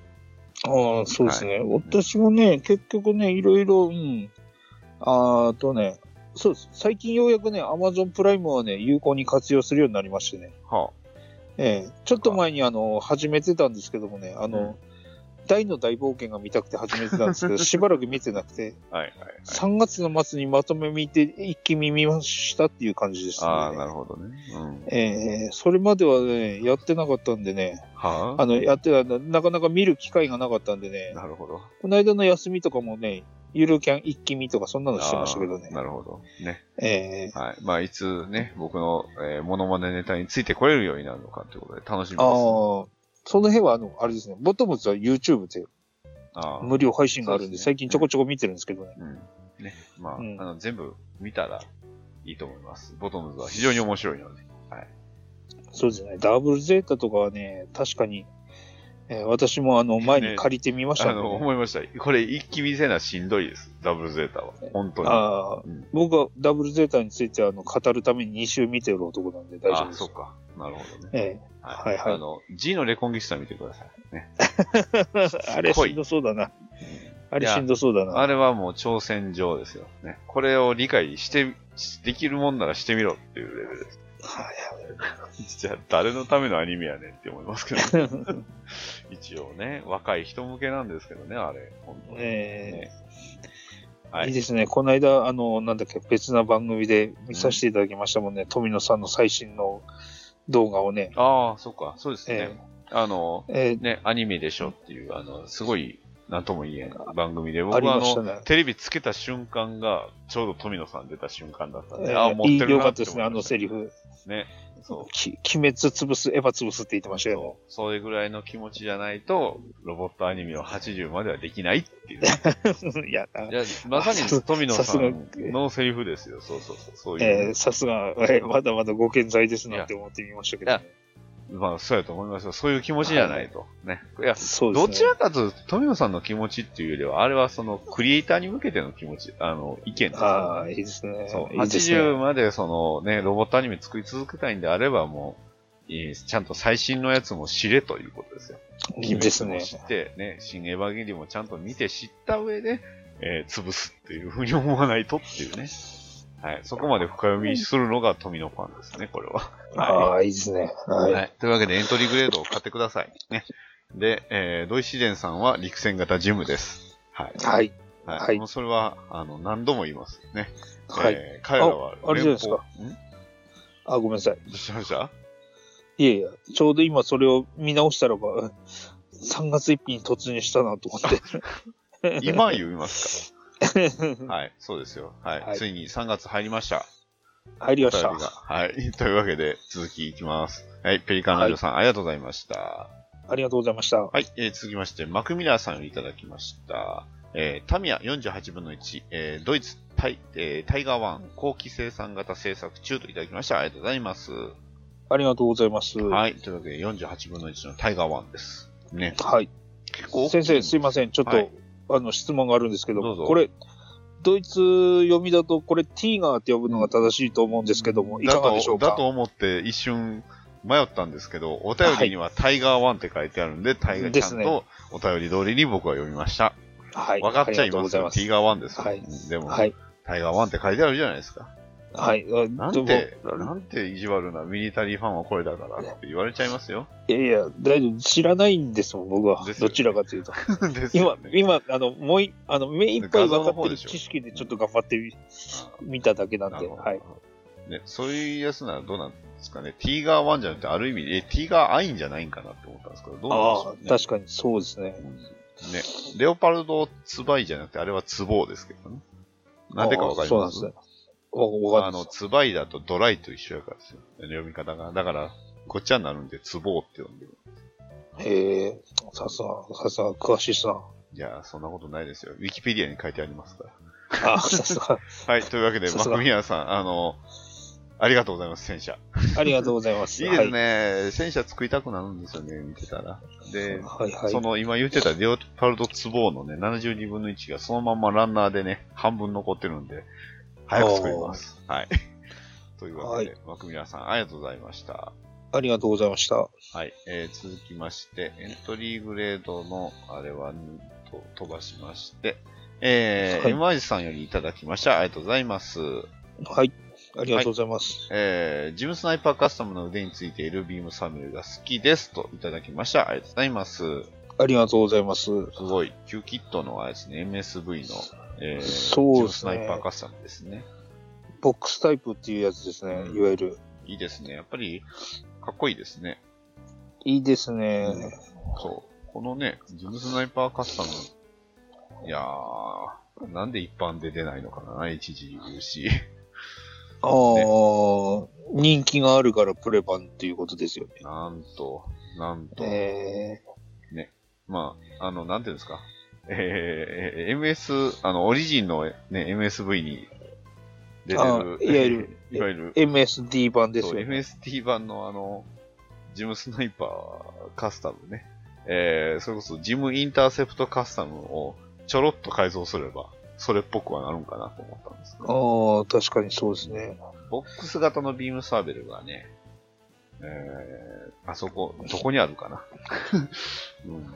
[SPEAKER 3] ああ、そうですね。私もね、結局ね、いろいろ、うん。あーとね、そうです。最近ようやくね、Amazon プライムをね、有効に活用するようになりましてね。
[SPEAKER 2] は
[SPEAKER 3] ええちょっと前にあの、始めてたんですけどもね、あの、大の大冒険が見たくて始めてたんですけ ど、しばらく見てなくて、
[SPEAKER 2] あ、はいはいはい。
[SPEAKER 3] 3月の末にまとめ見て、一気見見ましたっていう感じですね。
[SPEAKER 2] ああ、なるほどね。うん。
[SPEAKER 3] ええそれまではね、やってなかったんでね、
[SPEAKER 2] は
[SPEAKER 3] あの、やってた、なかなか見る機会がなかったんでね、
[SPEAKER 2] なるほど。
[SPEAKER 3] この間の休みとかもね、ゆるキャン一気見とかそんなのしてましたけど
[SPEAKER 2] あ
[SPEAKER 3] ね
[SPEAKER 2] ー。なるほど。ね。
[SPEAKER 3] ええ
[SPEAKER 2] はい。まあ、いつね、僕の、えー、モノマネネタについてこれるようになるのかということで、楽しみです。
[SPEAKER 3] ああ、その辺はあの、あれですね、ボトムズは YouTube で
[SPEAKER 2] あー
[SPEAKER 3] 無料配信があるん
[SPEAKER 2] そう
[SPEAKER 3] で、
[SPEAKER 2] ですね
[SPEAKER 3] 最近ちょこちょこ見てるんですけどね。
[SPEAKER 2] うんね、まあ、
[SPEAKER 3] うん
[SPEAKER 2] あの、全部見たらいいと思います。ボトムズは非常に面白いので。
[SPEAKER 3] そうですね、ダブルゼータとかはね、確かに、えー私もあの前に借りてみました
[SPEAKER 2] あ
[SPEAKER 3] ね
[SPEAKER 2] の、思いました。これ一気見せなしんどいです。ダブルゼータは。本当に。
[SPEAKER 3] ああ
[SPEAKER 2] うん
[SPEAKER 3] 僕はダブルゼータについてあの語るために2週見てる男なんで大丈夫
[SPEAKER 2] あ
[SPEAKER 3] です
[SPEAKER 2] そっ。か。なるほどね。
[SPEAKER 3] えはいはい
[SPEAKER 2] あの、G のレコンギスタ見てください。ね。
[SPEAKER 3] え
[SPEAKER 2] い
[SPEAKER 3] あれしんどそうだな。あれしんどそうだ
[SPEAKER 2] あ
[SPEAKER 3] な。
[SPEAKER 2] れはもう挑戦状ですよ。ね。これを理解して、しできるもんならしてみろっていうレベルで
[SPEAKER 3] はい
[SPEAKER 2] す。じゃあ、誰のためのアニメやねんって思います けど、ね、一応ね、若い人向けなんですけどね、あれ。本当に。
[SPEAKER 3] え
[SPEAKER 2] はい
[SPEAKER 3] い
[SPEAKER 2] い。
[SPEAKER 3] ですね。この間、あの、なんだっけ、別な番組で見させていただきましたもんね。富野さんの最新の動画をね。
[SPEAKER 2] ああ、そっか。そうですね。
[SPEAKER 3] え
[SPEAKER 2] あの、
[SPEAKER 3] え
[SPEAKER 2] ね、アニメでしょっていう、あの、すごい、なんとも言えん番組で、
[SPEAKER 3] ーあ
[SPEAKER 2] 僕
[SPEAKER 3] り
[SPEAKER 2] はあ
[SPEAKER 3] ました
[SPEAKER 2] の、
[SPEAKER 3] ね。
[SPEAKER 2] テレビつけた瞬間が、ちょうど富野さん出た瞬間だったんで、
[SPEAKER 3] えー
[SPEAKER 2] ああ、持って
[SPEAKER 3] いい
[SPEAKER 2] る
[SPEAKER 3] よか
[SPEAKER 2] な
[SPEAKER 3] っ
[SPEAKER 2] って
[SPEAKER 3] た
[SPEAKER 2] 思いました
[SPEAKER 3] ですね、あのセリフ。
[SPEAKER 2] ね。そう。
[SPEAKER 3] き鬼滅潰す、エヴァ潰すって言ってましたよね。
[SPEAKER 2] そう。それぐらいの気持ちじゃないと、ロボットアニメを80まではできない っていう。
[SPEAKER 3] いや、あ
[SPEAKER 2] いやまさに富野
[SPEAKER 3] さ
[SPEAKER 2] さ
[SPEAKER 3] すが
[SPEAKER 2] んのセリフですよ。そうそうそう。そういう。
[SPEAKER 3] えーさすが、えーまだまだご健在ですなって思ってみましたけど、ね。
[SPEAKER 2] まあ、そうやと思いますよ。そういう気持ちじゃないと。ね。いや、
[SPEAKER 3] そうですね。
[SPEAKER 2] どちらかというと、富野さんの気持ちっていうよりは、あれはその、クリエイターに向けての気持ち、あの、意見ですよ
[SPEAKER 3] ああ、いいですね。
[SPEAKER 2] そう。
[SPEAKER 3] いいですね
[SPEAKER 2] 80までそのね、ロボットアニメ作り続けたいんであればもう、いいちゃんと最新のやつも知れということですよ。
[SPEAKER 3] いいです
[SPEAKER 2] 鬼
[SPEAKER 3] ね
[SPEAKER 2] 滅。も知って、ね、新エヴァゲリオンもちゃんと見て知った上で、えー潰すっていうふうに思わないとっていうね。はい。そこまで深読みするのが富野ファンですね、これは。
[SPEAKER 3] ああ、いいですね。はい。
[SPEAKER 2] はい。というわけでエントリーグレードを買ってください。ね。で、えー、ドイシデンさんは陸戦型ジムです。はい。
[SPEAKER 3] はい。
[SPEAKER 2] はい。
[SPEAKER 3] はい
[SPEAKER 2] もうそれは、あの、何度も言いますね。
[SPEAKER 3] はい
[SPEAKER 2] えー彼らは
[SPEAKER 3] ああれじゃないですか
[SPEAKER 2] 連邦ん
[SPEAKER 3] あ、ごめんなさい。
[SPEAKER 2] どうしました
[SPEAKER 3] いやいや、ちょうど今それを見直したらば、うん3月1日に突入したなと思 って。
[SPEAKER 2] 今言います かはい、そうですよ。はい。
[SPEAKER 3] はい
[SPEAKER 2] ついに3月入りました。
[SPEAKER 3] 入りまし
[SPEAKER 2] お
[SPEAKER 3] た
[SPEAKER 2] 便り。がはい。 というわけで、続きいきます。はい、ペリカンラジオさん、ありがとうございました。
[SPEAKER 3] ありがとうございました。
[SPEAKER 2] はい、えー続きまして、マクミラーさんよりいただきました。えータミヤ48分の1、えードイツタイ,、えータイガー1後期生産型制作中といただきました。ありがとうございます。
[SPEAKER 3] ありがとうございます。はい。
[SPEAKER 2] はい、というわけで48分の1のタイガー1です。ね。結構大きい
[SPEAKER 3] 先生、すいません。ちょっと、
[SPEAKER 2] はい
[SPEAKER 3] あの、質問があるんですけど、
[SPEAKER 2] どうぞ
[SPEAKER 3] これ、ドイツ読みだと、これ、ティーガーって呼ぶのが正しいと思うんですけども、いかがでしょう
[SPEAKER 2] だ
[SPEAKER 3] か
[SPEAKER 2] とだと思って一瞬迷ったんですけど、お便りにはタイガー1って書いてあるんで、タイガー
[SPEAKER 3] で
[SPEAKER 2] ちゃ
[SPEAKER 3] す
[SPEAKER 2] ん
[SPEAKER 3] ね
[SPEAKER 2] とお便り通りに僕は読みました。
[SPEAKER 3] はい。
[SPEAKER 2] 分かっちゃい
[SPEAKER 3] ありがとう
[SPEAKER 2] ま
[SPEAKER 3] ご
[SPEAKER 2] す
[SPEAKER 3] ざい
[SPEAKER 2] よ。
[SPEAKER 3] ま
[SPEAKER 2] ティ
[SPEAKER 3] す。
[SPEAKER 2] ガー1ですよ。
[SPEAKER 3] はい
[SPEAKER 2] うんでも、
[SPEAKER 3] はい。
[SPEAKER 2] タイガー1って書いてあるじゃないですか。
[SPEAKER 3] はい。あ
[SPEAKER 2] なんて、
[SPEAKER 3] でも
[SPEAKER 2] なんて意地悪なミリタリーファンはこれだからって言われちゃいますよ。
[SPEAKER 3] いやいや、大丈夫。知らないんですもん、僕は
[SPEAKER 2] です。よね
[SPEAKER 3] どちらかというと。
[SPEAKER 2] ですよね、
[SPEAKER 3] 今今、あの、もうい、あの、目いっぱい分
[SPEAKER 2] 画像の
[SPEAKER 3] かっ
[SPEAKER 2] 方
[SPEAKER 3] て
[SPEAKER 2] で
[SPEAKER 3] る
[SPEAKER 2] しょ
[SPEAKER 3] 知識でちょっと頑張ってみ見ただけなん
[SPEAKER 2] な
[SPEAKER 3] で、
[SPEAKER 2] るほど
[SPEAKER 3] はい。
[SPEAKER 2] ね、そういうやつならどうなんですかね。ティガー1じゃなくて、ある意味、え、ティガーアインじゃないんかなって思ったんですけど、どう
[SPEAKER 3] ああ
[SPEAKER 2] なんでしょうね。
[SPEAKER 3] 確かにそうですね。
[SPEAKER 2] ね、レオパルドツバイじゃなくて、あれはツボーですけどね。なんでかわかり
[SPEAKER 3] そうな
[SPEAKER 2] ま
[SPEAKER 3] んですすね。わわか
[SPEAKER 2] あ
[SPEAKER 3] りま
[SPEAKER 2] の、
[SPEAKER 3] す。
[SPEAKER 2] ツバイだとドライと一緒やからですよ。読み方が。だから、ごっちゃになるんで、ツボーって呼んでる。
[SPEAKER 3] へえ、さすが、さすが、詳しいっすな。
[SPEAKER 2] いやー、そんなことないですよ。ウィキペディアに書いてありますから。
[SPEAKER 3] あさすが。
[SPEAKER 2] はい、というわけで、
[SPEAKER 3] さ
[SPEAKER 2] マ
[SPEAKER 3] すが
[SPEAKER 2] クミヤさん、あの、ありがとうございます、戦車。
[SPEAKER 3] ありがとうございま
[SPEAKER 2] い
[SPEAKER 3] す。
[SPEAKER 2] いですね、戦車作りたくなるんですよね、見てたら。で、
[SPEAKER 3] はい。はい
[SPEAKER 2] そ
[SPEAKER 3] はい。
[SPEAKER 2] の今言ってたレオパルドツボーのね、72分の1がそのままランナーでね、半分残ってるんで、早く作ります。はい。 というわけで、マクミラさん、ありがとうございました。
[SPEAKER 3] ありがとうございました。
[SPEAKER 2] はい。えー続きまして、エントリーグレードの、あれは、んと飛ばしまして、えー、
[SPEAKER 3] はい
[SPEAKER 2] MI さんよりいただきました。ありがとうございます。
[SPEAKER 3] はい。ありがとうございます。
[SPEAKER 2] えー、ジムスナイパーカスタムの腕についているビームサムルが好きですといただきました。ありがとうございます。
[SPEAKER 3] ありがとうございます。
[SPEAKER 2] すごい、Q キットのあれですね、MSV の、えー
[SPEAKER 3] そう
[SPEAKER 2] ジム
[SPEAKER 3] で
[SPEAKER 2] ス
[SPEAKER 3] すね
[SPEAKER 2] ナイパーカスタムですね。
[SPEAKER 3] ボックスタイプっていうやつですね
[SPEAKER 2] う。ん
[SPEAKER 3] いわゆる。
[SPEAKER 2] いいですね。やっぱり、かっこいいですね。
[SPEAKER 3] いいですね。
[SPEAKER 2] そう。このね、ジムスナイパーカスタム、いやー、なんで一般で出ないのかな、一時 UC。
[SPEAKER 3] ああ、人気があるからプレ版っていうことですよね。
[SPEAKER 2] なんと、なんと、
[SPEAKER 3] え
[SPEAKER 2] まあ、あの、なんていうんですか。えーえー、MS、あの、オリジンのね、MSV に出て
[SPEAKER 3] あ
[SPEAKER 2] る、
[SPEAKER 3] いわゆる
[SPEAKER 2] えーいわゆる、
[SPEAKER 3] ー、MSD 版です
[SPEAKER 2] そ
[SPEAKER 3] よ
[SPEAKER 2] う
[SPEAKER 3] ね。
[SPEAKER 2] MST 版のあの、ジムスナイパーカスタムね。えー、それこそジムインターセプトカスタムをちょろっと改造すれば、それっぽくはなるんかなと思ったんですけど、
[SPEAKER 3] ああ、確かにそうですね。
[SPEAKER 2] ボックス型のビームサーベルがね、えー、あそこ、どこにあるかな、 うん、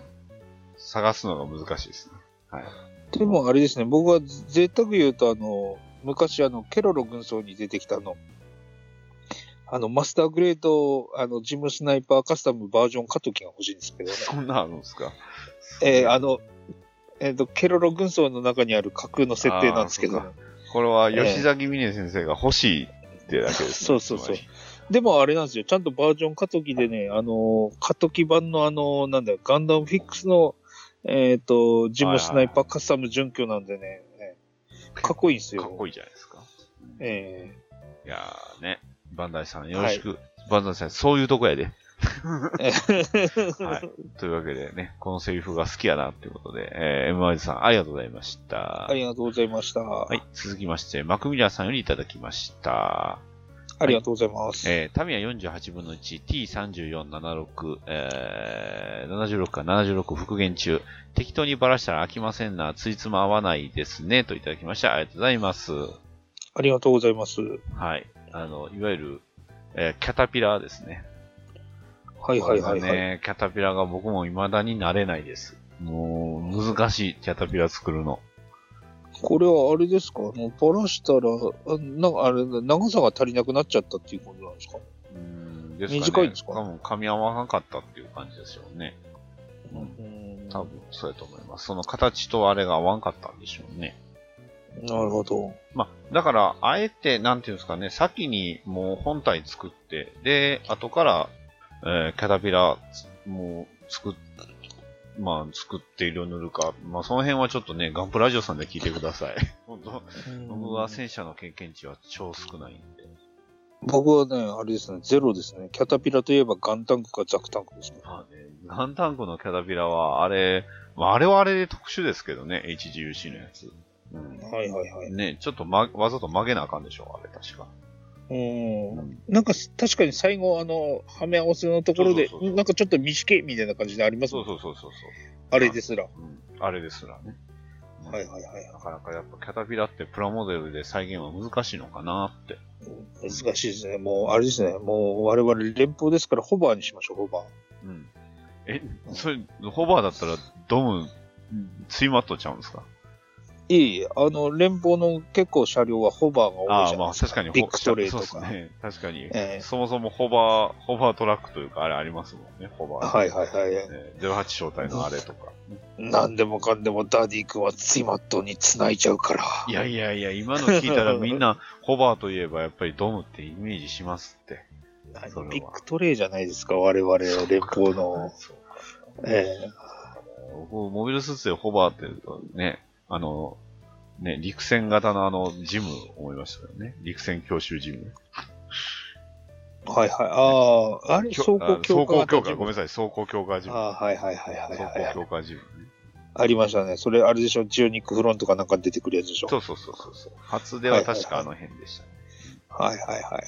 [SPEAKER 2] 探すのが難しいですね。はい。
[SPEAKER 3] でもあれですね、僕は贅沢言うと、あの、昔あの、ケロロ軍曹に出てきたあの、あの、マスターグレード、あの、ジムスナイパーカスタムバージョンカトキが欲しいんですけどね。
[SPEAKER 2] そんなんあるんですか
[SPEAKER 3] えーあの、えっ、と、ケロロ軍曹の中にある架空の設定なんですけ
[SPEAKER 2] あー
[SPEAKER 3] ど
[SPEAKER 2] そ。これは吉崎美音先生が欲しいってだけです、
[SPEAKER 3] そうそうそう
[SPEAKER 2] つまり
[SPEAKER 3] でもあれなんですよ、ちゃんとバージョンカトキでね、あの、カトキ版のあの、なんだよ、ガンダムフィックスの、えっ、と、ジムスナイパーカスタム準拠なんでね、えーかっこいいんですよ。
[SPEAKER 2] かっこい
[SPEAKER 3] いい。
[SPEAKER 2] いじゃないですか。
[SPEAKER 3] え
[SPEAKER 2] いやーね、バンダイさんよろしく。バンダイさん、そういうとこやで。
[SPEAKER 3] ー
[SPEAKER 2] はい。というわけでね、このセリフが好きやなっていうことで、えー、MYZ さんありがとうございました。
[SPEAKER 3] ありがとうございました。
[SPEAKER 2] はい。続きまして、マクミラーさんよりいただきました。
[SPEAKER 3] ありがとうございます。
[SPEAKER 2] えー、タミヤ48分の 1T3476、えー、76か76復元中。適当にばらしたら飽きませんな。ついつも合わないですね。といただきました。ありがとうございます。
[SPEAKER 3] ありがとうございます。
[SPEAKER 2] はい。あの、いわゆる、えーキャタピラーですね。
[SPEAKER 3] はいはいはい、
[SPEAKER 2] こ
[SPEAKER 3] は
[SPEAKER 2] れが
[SPEAKER 3] い。
[SPEAKER 2] ね、キャタピラーが僕も未だに慣れないです。もう、難しい、キャタピラー作るの。
[SPEAKER 3] これはあれですかあの、ばらしたら、あなんかあれ、長さが足りなくなっちゃったっていうことなんですか
[SPEAKER 2] うん、
[SPEAKER 3] 短いんですか
[SPEAKER 2] 多分噛み合わなかったっていう感じですよね。
[SPEAKER 3] うん
[SPEAKER 2] 多分、そうやと思います。その形とあれが合わんかったんでしょうね。
[SPEAKER 3] なるほど。
[SPEAKER 2] まあ、だから、あえて、なんていうんですかね、先にもう本体作って、で、後から、えーキャタピラ、もう、作っ、まあ、作って色塗るか、まあ、その辺はちょっとね、ガンプラジオさんで聞いてくだ さい。本当僕は戦車の経験値は超少ないんで。
[SPEAKER 3] 僕はね、あれですね、ゼロですね。キャタピラといえばガンタンクかザクタンクですね。
[SPEAKER 2] まあね、ガンタンクのキャタピラは、あれ、まあ、あれはあれで特殊ですけどね、HGUC のやつ。う
[SPEAKER 3] はいはいはい。
[SPEAKER 2] ん、ね、ちょっと、ま、わざと曲げなあかんでしょ、あれ確か。
[SPEAKER 3] うん
[SPEAKER 2] ん。
[SPEAKER 3] なんかす確かに最後、あの、はめ合わせのところで
[SPEAKER 2] そうそうそうそ、う
[SPEAKER 3] なんかちょっと短いみたいな感じであります
[SPEAKER 2] そ
[SPEAKER 3] も
[SPEAKER 2] うんそうそうそう
[SPEAKER 3] あれですら。は
[SPEAKER 2] そう、うん。あれですらね。うん
[SPEAKER 3] いはいはい。
[SPEAKER 2] なかなかやっぱキャタピラってプラモデルで再現は難しいのかなって。
[SPEAKER 3] 難しいですね。もう、あれですね。もう、我々連邦ですから、ホバーにしましょう、ホバー。
[SPEAKER 2] うん。え、それ、ホバーだったらドム、ツイマットちゃうんですか
[SPEAKER 3] いえいえ、あの、連邦の結構車両はホバーが多い
[SPEAKER 2] あ
[SPEAKER 3] じ
[SPEAKER 2] あ、
[SPEAKER 3] ゃない
[SPEAKER 2] まあ
[SPEAKER 3] です
[SPEAKER 2] 確
[SPEAKER 3] か。
[SPEAKER 2] かにホ
[SPEAKER 3] ビッグトレイと
[SPEAKER 2] そう
[SPEAKER 3] か。
[SPEAKER 2] ですね。確かに。
[SPEAKER 3] ええ
[SPEAKER 2] そもそもホバー、ホバートラックというか、あれありますもんね、ホバー。
[SPEAKER 3] はいはいはい。
[SPEAKER 2] えー08正体のあれとか。
[SPEAKER 3] なんでもかんでもダディ君はツイマットに 繋いじゃうから。
[SPEAKER 2] いやいやいや、今の聞いたらみんな、ホバーといえばやっぱりドムってイメージしますって。
[SPEAKER 3] 何
[SPEAKER 2] それは
[SPEAKER 3] ビッグトレイじゃないですか、我々連邦の。
[SPEAKER 2] そうか
[SPEAKER 3] え
[SPEAKER 2] 僕モビルスーツでホバーっていうとね、あの、ね、陸戦型のあの、ジム思いましたよね。陸戦教習ジム。
[SPEAKER 3] えはいはい。ああ、あれ、
[SPEAKER 2] きょ
[SPEAKER 3] 走行強化
[SPEAKER 2] あ走行強化、ごめん
[SPEAKER 3] ん
[SPEAKER 2] なさい、走行強化ジム。
[SPEAKER 3] ああー、はいはいはいはい、
[SPEAKER 2] 走
[SPEAKER 3] は
[SPEAKER 2] 行
[SPEAKER 3] い。
[SPEAKER 2] 強化ジムね。
[SPEAKER 3] ありましたね。それ、あれでしょ、ジオニックフロントかなんかに出てくるやつでしょ。
[SPEAKER 2] そうそうそうそうそう。初では確かあの辺でしたね。
[SPEAKER 3] はいはいは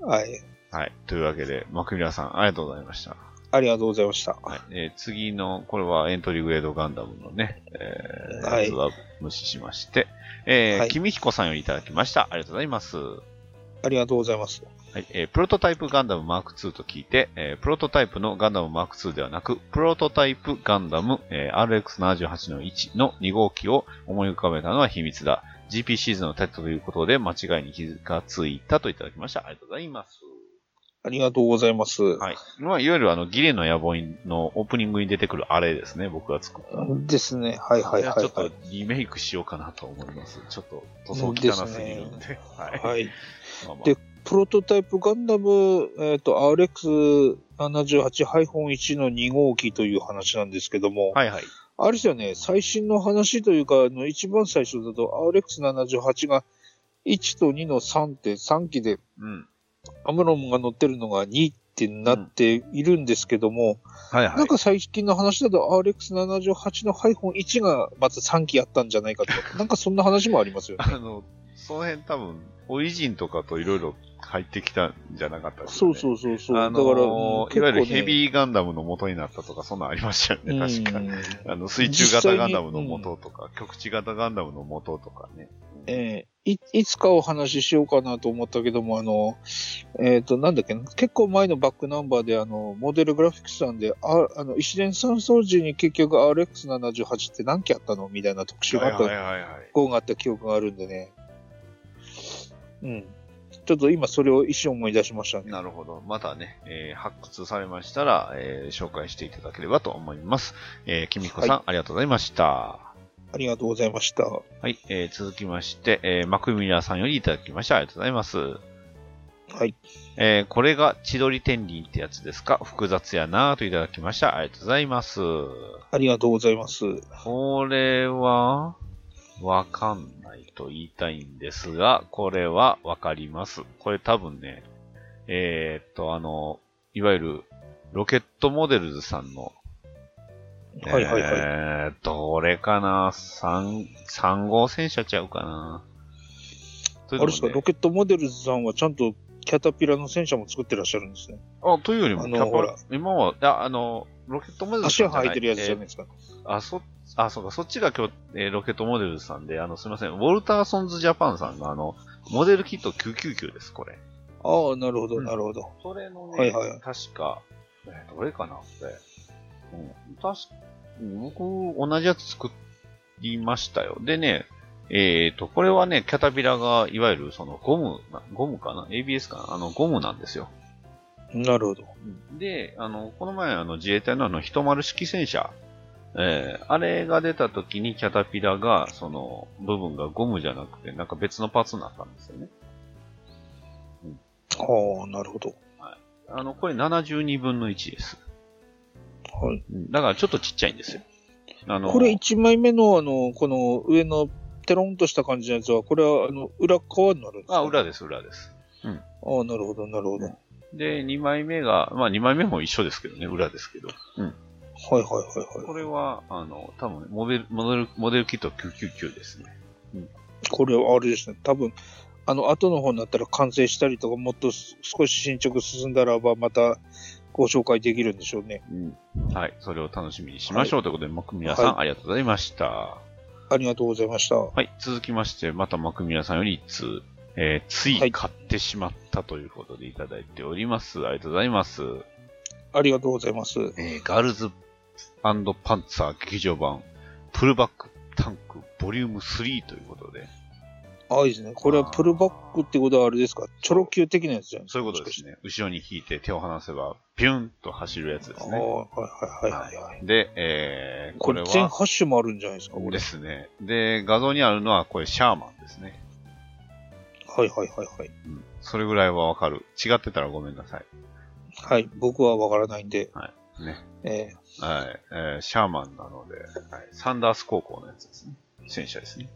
[SPEAKER 3] いはい。はい。
[SPEAKER 2] はい。というわけで、マクミラさん、ありがとうございました。
[SPEAKER 3] ありがとうございました。
[SPEAKER 2] はい。えー次の、これはエントリーグレードガンダムのね、えー
[SPEAKER 3] はい
[SPEAKER 2] やつは無視しまして、えー
[SPEAKER 3] はい
[SPEAKER 2] 君彦さんよりいただきました。ありがとうございます。
[SPEAKER 3] ありがとうございます。
[SPEAKER 2] はい、えープロトタイプガンダムマーク2と聞いて、えープロトタイプのガンダムマーク2ではなく、プロトタイプガンダム、えー RX78 の1の2号機を思い浮かべたのは秘密だ。GP シーズンのタイトルということで間違いに気がついたといただきました。ありがとうございます。
[SPEAKER 3] ありがとうございます。
[SPEAKER 2] はい。まあ、いわゆるあの、ギレの野望院のオープニングに出てくるあれですね、僕が作った。
[SPEAKER 3] ですね。はいはいは
[SPEAKER 2] これ
[SPEAKER 3] い、
[SPEAKER 2] はちょ
[SPEAKER 3] は
[SPEAKER 2] っ
[SPEAKER 3] い。
[SPEAKER 2] とリメイクしようかなと思います。ちょっと塗装汚すぎるんで。
[SPEAKER 3] で
[SPEAKER 2] はい。
[SPEAKER 3] はい。
[SPEAKER 2] まあまあ
[SPEAKER 3] でプロトタイプガンダム、えっ、と、RX78-1 の2号機という話なんですけども、
[SPEAKER 2] はいはい。
[SPEAKER 3] あれですよね、最新の話というか、あの一番最初だと RX78 が1と2の3.3機で、
[SPEAKER 2] うん。
[SPEAKER 3] アムロンが乗ってるのが2ってなっているんですけども、
[SPEAKER 2] はいは
[SPEAKER 3] ないん。か最近の話だと RX78 のハイフォン1がまた3機あったんじ ゃないかとか、なんかそんな話もありますよね。
[SPEAKER 2] あの、その辺多分、オリジンとかといろいろ入ってきたんじゃなかったですか
[SPEAKER 3] そ
[SPEAKER 2] ね
[SPEAKER 3] うそうそうそう。
[SPEAKER 2] あ
[SPEAKER 3] だから、
[SPEAKER 2] のーいわゆるヘビーガンダムの元になったとか、そんなんありましたよね、確か。
[SPEAKER 3] に。
[SPEAKER 2] あの、水中型ガンダムの元とか、局地型ガンダムの元とかね。
[SPEAKER 3] えーいいつかお話ししようかなと思ったけども、あの、えっ、と、なんだっけな、結構前のバックナンバーで、あの、モデルグラフィックスさんで、ああの、一連三掃除に結局 RX78 って何機あったのみたいな特集があった、
[SPEAKER 2] はいはいはいはい。
[SPEAKER 3] 号があった記憶があるんでね。うん。ちょっと今それを一瞬思い出しましたね。
[SPEAKER 2] なるほど。またね、えー発掘されましたら、えー紹介していただければと思います。えー、きみこさん、
[SPEAKER 3] は
[SPEAKER 2] ありがとうございました。
[SPEAKER 3] ありがとうございました。は
[SPEAKER 2] はい、えー続きまして、えーマクミラーさんよりいただきました。ありがとうございます。
[SPEAKER 3] い。
[SPEAKER 2] えーこれが千鳥天輪ってやつですか複雑やなぁといただきました。ありがとうございます。
[SPEAKER 3] ありがとうございます。
[SPEAKER 2] これは、わかんないと言いたいんですが、これはわかります。これ多分ね、えーっと、あの、いわゆる、ロケットモデルズさんの、
[SPEAKER 3] はいはいはい。
[SPEAKER 2] えー、どれかな三三号戦車ちゃうかなとい
[SPEAKER 3] あ
[SPEAKER 2] う
[SPEAKER 3] れですか、
[SPEAKER 2] のも
[SPEAKER 3] ロ
[SPEAKER 2] ね
[SPEAKER 3] ケットモデルズさんはちゃんとキャタピラの戦車も作ってらっしゃるんですね。
[SPEAKER 2] あというよりも、
[SPEAKER 3] あ
[SPEAKER 2] キ
[SPEAKER 3] の
[SPEAKER 2] ャ
[SPEAKER 3] ほ
[SPEAKER 2] パ
[SPEAKER 3] ら
[SPEAKER 2] ラ、今は、ああの、ロケットモデルズ
[SPEAKER 3] 足
[SPEAKER 2] さん
[SPEAKER 3] が
[SPEAKER 2] じゃない
[SPEAKER 3] 生えてるやつじゃないですか。
[SPEAKER 2] えーあ、そ、あ、そうか、そっちが今日、えーロケットモデルズさんで、あの、すみません、ウォルターソンズジャパンさんの、あの、モデルキット999です、これ。
[SPEAKER 3] ああ、なるほ
[SPEAKER 2] う
[SPEAKER 3] ど、
[SPEAKER 2] ん
[SPEAKER 3] なるほど。
[SPEAKER 2] それのね、
[SPEAKER 3] はいはい
[SPEAKER 2] 確か、えーどれかな、これ。うん、確か、僕、同じやつ作りましたよ。でね、えっ、と、これはね、キャタピラが、いわゆるそのゴムな、ゴムかな ?ABS かなあの、ゴムなんですよ。
[SPEAKER 3] なるほど。
[SPEAKER 2] で、あの、この前、あの、自衛隊のあの、一丸式戦車、えーあれが出た時にキャタピラが、その、部分がゴムじゃなくて、なんか別のパーツになったんですよね。
[SPEAKER 3] はあ、なるほど。
[SPEAKER 2] あの、これ72分の1です。
[SPEAKER 3] はい、
[SPEAKER 2] だからちょっとちっちゃいんですよ。あの、
[SPEAKER 3] これ1枚目の、あの、この上のテロンとした感じのやつは、これは、あの、裏側になるんですか
[SPEAKER 2] あ、。裏です、裏です。
[SPEAKER 3] ああ、なるほど、なるほど。はい
[SPEAKER 2] で、2枚目が、まあ2枚目も一緒ですけどね、裏ですけど。
[SPEAKER 3] はいはい
[SPEAKER 2] こ
[SPEAKER 3] は
[SPEAKER 2] れは、あの、多分モデル、モデル、モデルキット999ですね。
[SPEAKER 3] い。これはあれですね、多分、あの、後の方になったら完成したりとか、もっとす少し進捗進んだらば、またご紹介できるんでしょうね。
[SPEAKER 2] はい、それを楽しみにしましょう、ということで、マクミラさん、
[SPEAKER 3] は
[SPEAKER 2] ありがとうございました。
[SPEAKER 3] ありがとうございました。は
[SPEAKER 2] はい、続きまして、またマクミラさんより1通、えーつ
[SPEAKER 3] はいい
[SPEAKER 2] 買ってしまったということでいただいております。ありがとうございます。
[SPEAKER 3] ありがとうございます。
[SPEAKER 2] えーガールズパンツァー劇場版、プルバックタンクボリューム3ということで、
[SPEAKER 3] あ、いいですね。これはプルバックってことはあれですかチョロ Q 的なやつじゃないですか
[SPEAKER 2] そういうことで
[SPEAKER 3] ね。
[SPEAKER 2] すね。後ろに引いて手を離せば、ビュンと走るやつで
[SPEAKER 3] ああ
[SPEAKER 2] す
[SPEAKER 3] ー、
[SPEAKER 2] ね。
[SPEAKER 3] はいはいはいはい。
[SPEAKER 2] で、えー
[SPEAKER 3] こ
[SPEAKER 2] こ
[SPEAKER 3] れ
[SPEAKER 2] れ
[SPEAKER 3] 全
[SPEAKER 2] は、
[SPEAKER 3] 8種もあるんじゃないですかこれ。
[SPEAKER 2] ですね。で、画像にあるのは、これ、シャーマンですね。
[SPEAKER 3] はいはいはいはい。
[SPEAKER 2] うん。それぐらいはわかる。違ってたらごめんなさい。
[SPEAKER 3] はい、僕はわからないんで。
[SPEAKER 2] はいね
[SPEAKER 3] え
[SPEAKER 2] はい。えーシャーマンなので、はい、サンダース高校のやつですね。戦車ですね。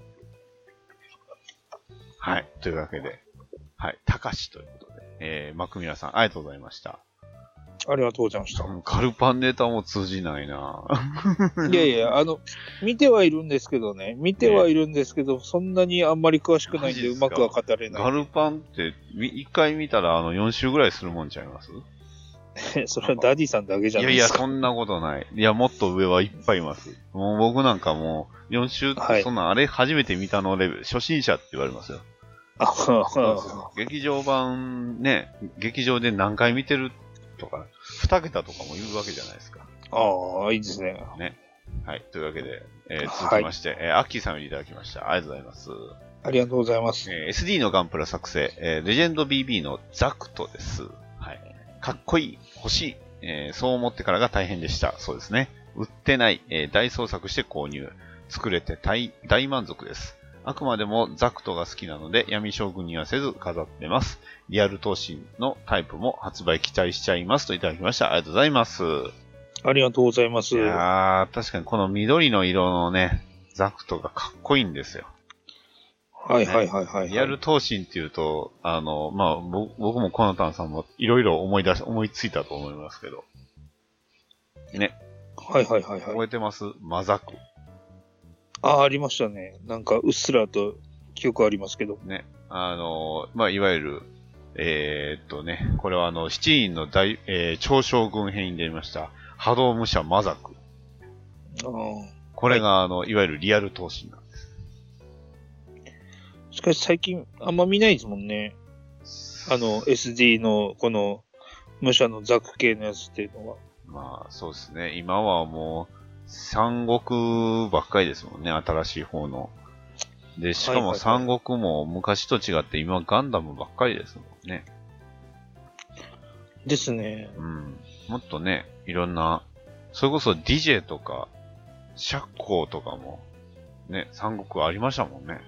[SPEAKER 2] はい。というわけで、はい。たかしということで、えー、マクミラさん、ありがとうございました。
[SPEAKER 3] ーありがとうございました。
[SPEAKER 2] カルパンネタも通じない な
[SPEAKER 3] いやいや、あの、見てはいるんですけどね。見てはいるんですけど、そんなにあんまり詳しくないん
[SPEAKER 2] マジ
[SPEAKER 3] で、
[SPEAKER 2] で
[SPEAKER 3] う
[SPEAKER 2] すか
[SPEAKER 3] まくは語れな
[SPEAKER 2] ガ
[SPEAKER 3] い。
[SPEAKER 2] ルパンって、み一回見たら、あの、4週ぐらいするもんちゃいます
[SPEAKER 3] それはダディさんだけじゃ
[SPEAKER 2] い
[SPEAKER 3] な
[SPEAKER 2] やい
[SPEAKER 3] いで
[SPEAKER 2] や、
[SPEAKER 3] すか。
[SPEAKER 2] そんなことない。いや、もっと上はいっぱいいます。もう僕なんかもう、4週、
[SPEAKER 3] はい
[SPEAKER 2] そんなんあれ初めて見たのレベル、初心者って言われますよ。
[SPEAKER 3] あ
[SPEAKER 2] 劇場版ね、劇場で何回見てるとか、2桁とかも言うわけじゃないですか。
[SPEAKER 3] あー、いいですね。
[SPEAKER 2] はい。というわけで、えー
[SPEAKER 3] はい
[SPEAKER 2] 続きまして、えーアッキーさんよりいただきました。ありがとうございます。
[SPEAKER 3] ありがとうございます。
[SPEAKER 2] えー SD のガンプラ作成、えーレジェンド BB のザクトです。はい。かっこいい、欲しい、えーそう思ってからが大変でした。そうですね。売ってない、えー大捜索して購入。作れて大大満足です。あくまでもザクトが好きなので闇将軍にはせず飾ってます。リアル闘神のタイプも発売期待しちゃいますといただきました。ありがとうございます。
[SPEAKER 3] ありがとうございます
[SPEAKER 2] い。やー、確かにこの緑の色のね、ザクトがかっこいいんですよ。
[SPEAKER 3] はいはいはいはい。
[SPEAKER 2] リアル闘神っていうと、あの、まあ、ぼ僕もコナタンさんもいろいろ思い出し、思いついたと思いますけど。ね、
[SPEAKER 3] はいはいはいはい
[SPEAKER 2] 覚。えてますマザク。
[SPEAKER 3] ああ、ありましたね。なんか、うっすらと記憶ありますけど。
[SPEAKER 2] ね。あの、まあ、いわゆる、えーっとね、これはあの、七人の大、えー長将軍編に出ました、波動武者マザク。
[SPEAKER 3] あ
[SPEAKER 2] これが、あの、いわゆるリアル闘神なんで
[SPEAKER 3] あしかし最近あんま見ないですもんね。
[SPEAKER 2] す。
[SPEAKER 3] あの、SD のこの、武者のザク系のやつっていうのは。
[SPEAKER 2] まあ、そうですね。今はもう、三国ばっかりですもんね、新しい方の。で、しか
[SPEAKER 3] はいはい
[SPEAKER 2] も
[SPEAKER 3] はい
[SPEAKER 2] 三国も昔と違って今ガンダムばっかりですもんね。
[SPEAKER 3] ですね。
[SPEAKER 2] うん。もっとね、いろんな、それこそ DJ とか、シャッコーとかも、ね、三国ありましたもんね。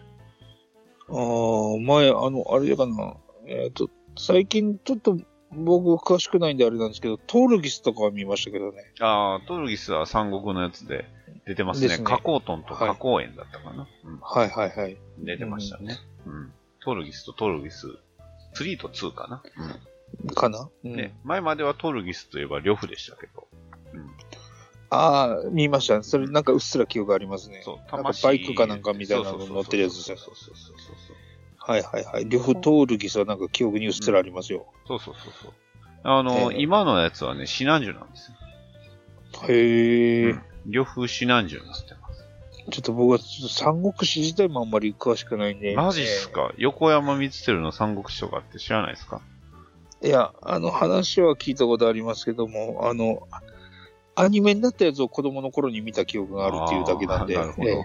[SPEAKER 3] ああ、前、あの、あれかな。えっ、と、最近ちょっと僕詳しくないんであれなんですけど、トールギスとかは見ましたけどね。
[SPEAKER 2] ああ、トルギスは三国のやつで出てます
[SPEAKER 3] です
[SPEAKER 2] ね。
[SPEAKER 3] ね
[SPEAKER 2] 加工トンと
[SPEAKER 3] はい
[SPEAKER 2] 加工園だったかな。うん
[SPEAKER 3] はいはいはい。
[SPEAKER 2] 出てましたね。うん。トルギスとトルギス、ツリーと2かな。
[SPEAKER 3] かな、う
[SPEAKER 2] うんん。ね、前まではトルギスといえば呂布でしたけど、
[SPEAKER 3] ああ、見ました。それなんかうっすら記憶ありますね。
[SPEAKER 2] そう、
[SPEAKER 3] なんかバイクかなんかみたいなの乗ってるやつです
[SPEAKER 2] そう
[SPEAKER 3] よ
[SPEAKER 2] そうそうそうそうそう。
[SPEAKER 3] はいはいはい。両方通るギスはなんか記憶にうっすらありますよ。
[SPEAKER 2] そうそうそうそう。あの、
[SPEAKER 3] えー
[SPEAKER 2] 今のやつはね、シナンジュなんですよ。
[SPEAKER 3] へえ、
[SPEAKER 2] うん呂布シナンジュになってます。
[SPEAKER 3] ちょっと僕はちょっと三国志自体もあんまり詳しくないんで。
[SPEAKER 2] マジっすか、横山光輝の三国志とかって知らないですか
[SPEAKER 3] いや、あの話は聞いたことありますけども、あの、アニメになったやつを子供の頃に見た記憶があるっていうだけなんで。
[SPEAKER 2] あーなるほど。
[SPEAKER 3] ええ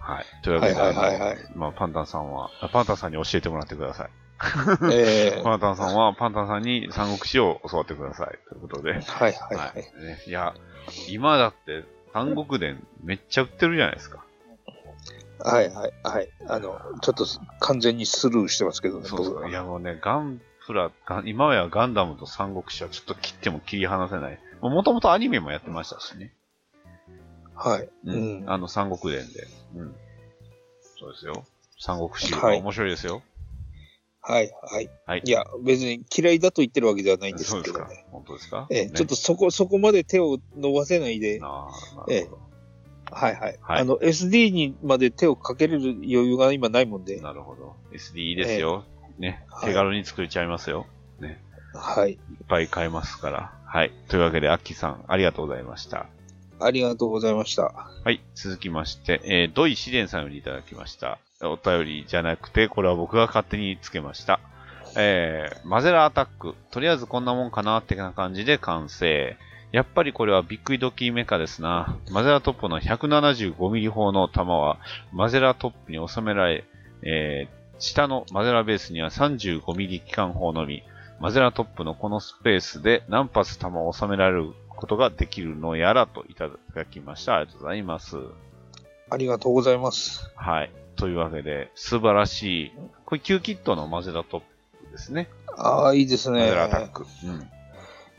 [SPEAKER 2] はい。というわけで、
[SPEAKER 3] はいはいはいは
[SPEAKER 2] あ
[SPEAKER 3] い
[SPEAKER 2] のまあ、パンタンさんは、あパンタンさんに教えてもらってください。
[SPEAKER 3] ええ
[SPEAKER 2] パンタンさんは、パンタンさんに三国志を教わってください。ということで。はい。
[SPEAKER 3] はいはいはい。
[SPEAKER 2] ねいや、今だって、三国伝めっちゃ売ってるじゃないですか。
[SPEAKER 3] はいはいはい。あの、ちょっと完全にスルーしてますけどね、
[SPEAKER 2] そう
[SPEAKER 3] 僕
[SPEAKER 2] そう。。
[SPEAKER 3] はい
[SPEAKER 2] やもうね、ガンプラ、ガン今やガンダムと三国志はちょっと切っても切り離せない。もともとアニメもやってましたしね。
[SPEAKER 3] はい。
[SPEAKER 2] う
[SPEAKER 3] う
[SPEAKER 2] ん。
[SPEAKER 3] ん
[SPEAKER 2] あの、三国伝で。うん。そうですよ。三国志は
[SPEAKER 3] はい
[SPEAKER 2] 面白いですよ。
[SPEAKER 3] はいはい。
[SPEAKER 2] はい。
[SPEAKER 3] いや、別に嫌いだと言ってるわけではないんです
[SPEAKER 2] そうで
[SPEAKER 3] け
[SPEAKER 2] す
[SPEAKER 3] ど
[SPEAKER 2] か
[SPEAKER 3] ね。。
[SPEAKER 2] 本当ですか
[SPEAKER 3] ええ
[SPEAKER 2] ね
[SPEAKER 3] ちょっとそこ、そこまで手を伸ばせないで、
[SPEAKER 2] ああ、な
[SPEAKER 3] え
[SPEAKER 2] る
[SPEAKER 3] えはいはい。
[SPEAKER 2] はい
[SPEAKER 3] あの、SD にまで手をかけれる余裕が今ないもん
[SPEAKER 2] ほど。
[SPEAKER 3] で、
[SPEAKER 2] なるほど。SD いいですよ。ね。
[SPEAKER 3] は
[SPEAKER 2] 手
[SPEAKER 3] い
[SPEAKER 2] 軽に作れちゃいますよ。
[SPEAKER 3] はい。
[SPEAKER 2] いっぱい買えますから。はい。というわけで、アッキーさん、ありがとうございました。
[SPEAKER 3] ありがとうございました。
[SPEAKER 2] はい。続きまして、えー、土井紫伝さんよりいただきました。お便りじゃなくて、これは僕が勝手につけました。えー、マゼラアタック。とりあえずこんなもんかなってな感じで完成。やっぱりこれはびっくりドキメカですな。マゼラトップの 175mm 砲の弾は、マゼラトップに収められ、えー、下のマゼラベースには 35mm 機関砲のみ。マゼラトップのこのスペースで何発弾を収められることができるのやらといただきました。ありがとうございます。
[SPEAKER 3] ありがとうございます。
[SPEAKER 2] はい。というわけで、素晴らしい。これ、キューキットのマゼラトップですね。
[SPEAKER 3] ああ、いいです
[SPEAKER 2] マ
[SPEAKER 3] ね
[SPEAKER 2] ゼ。ラアタック。うん。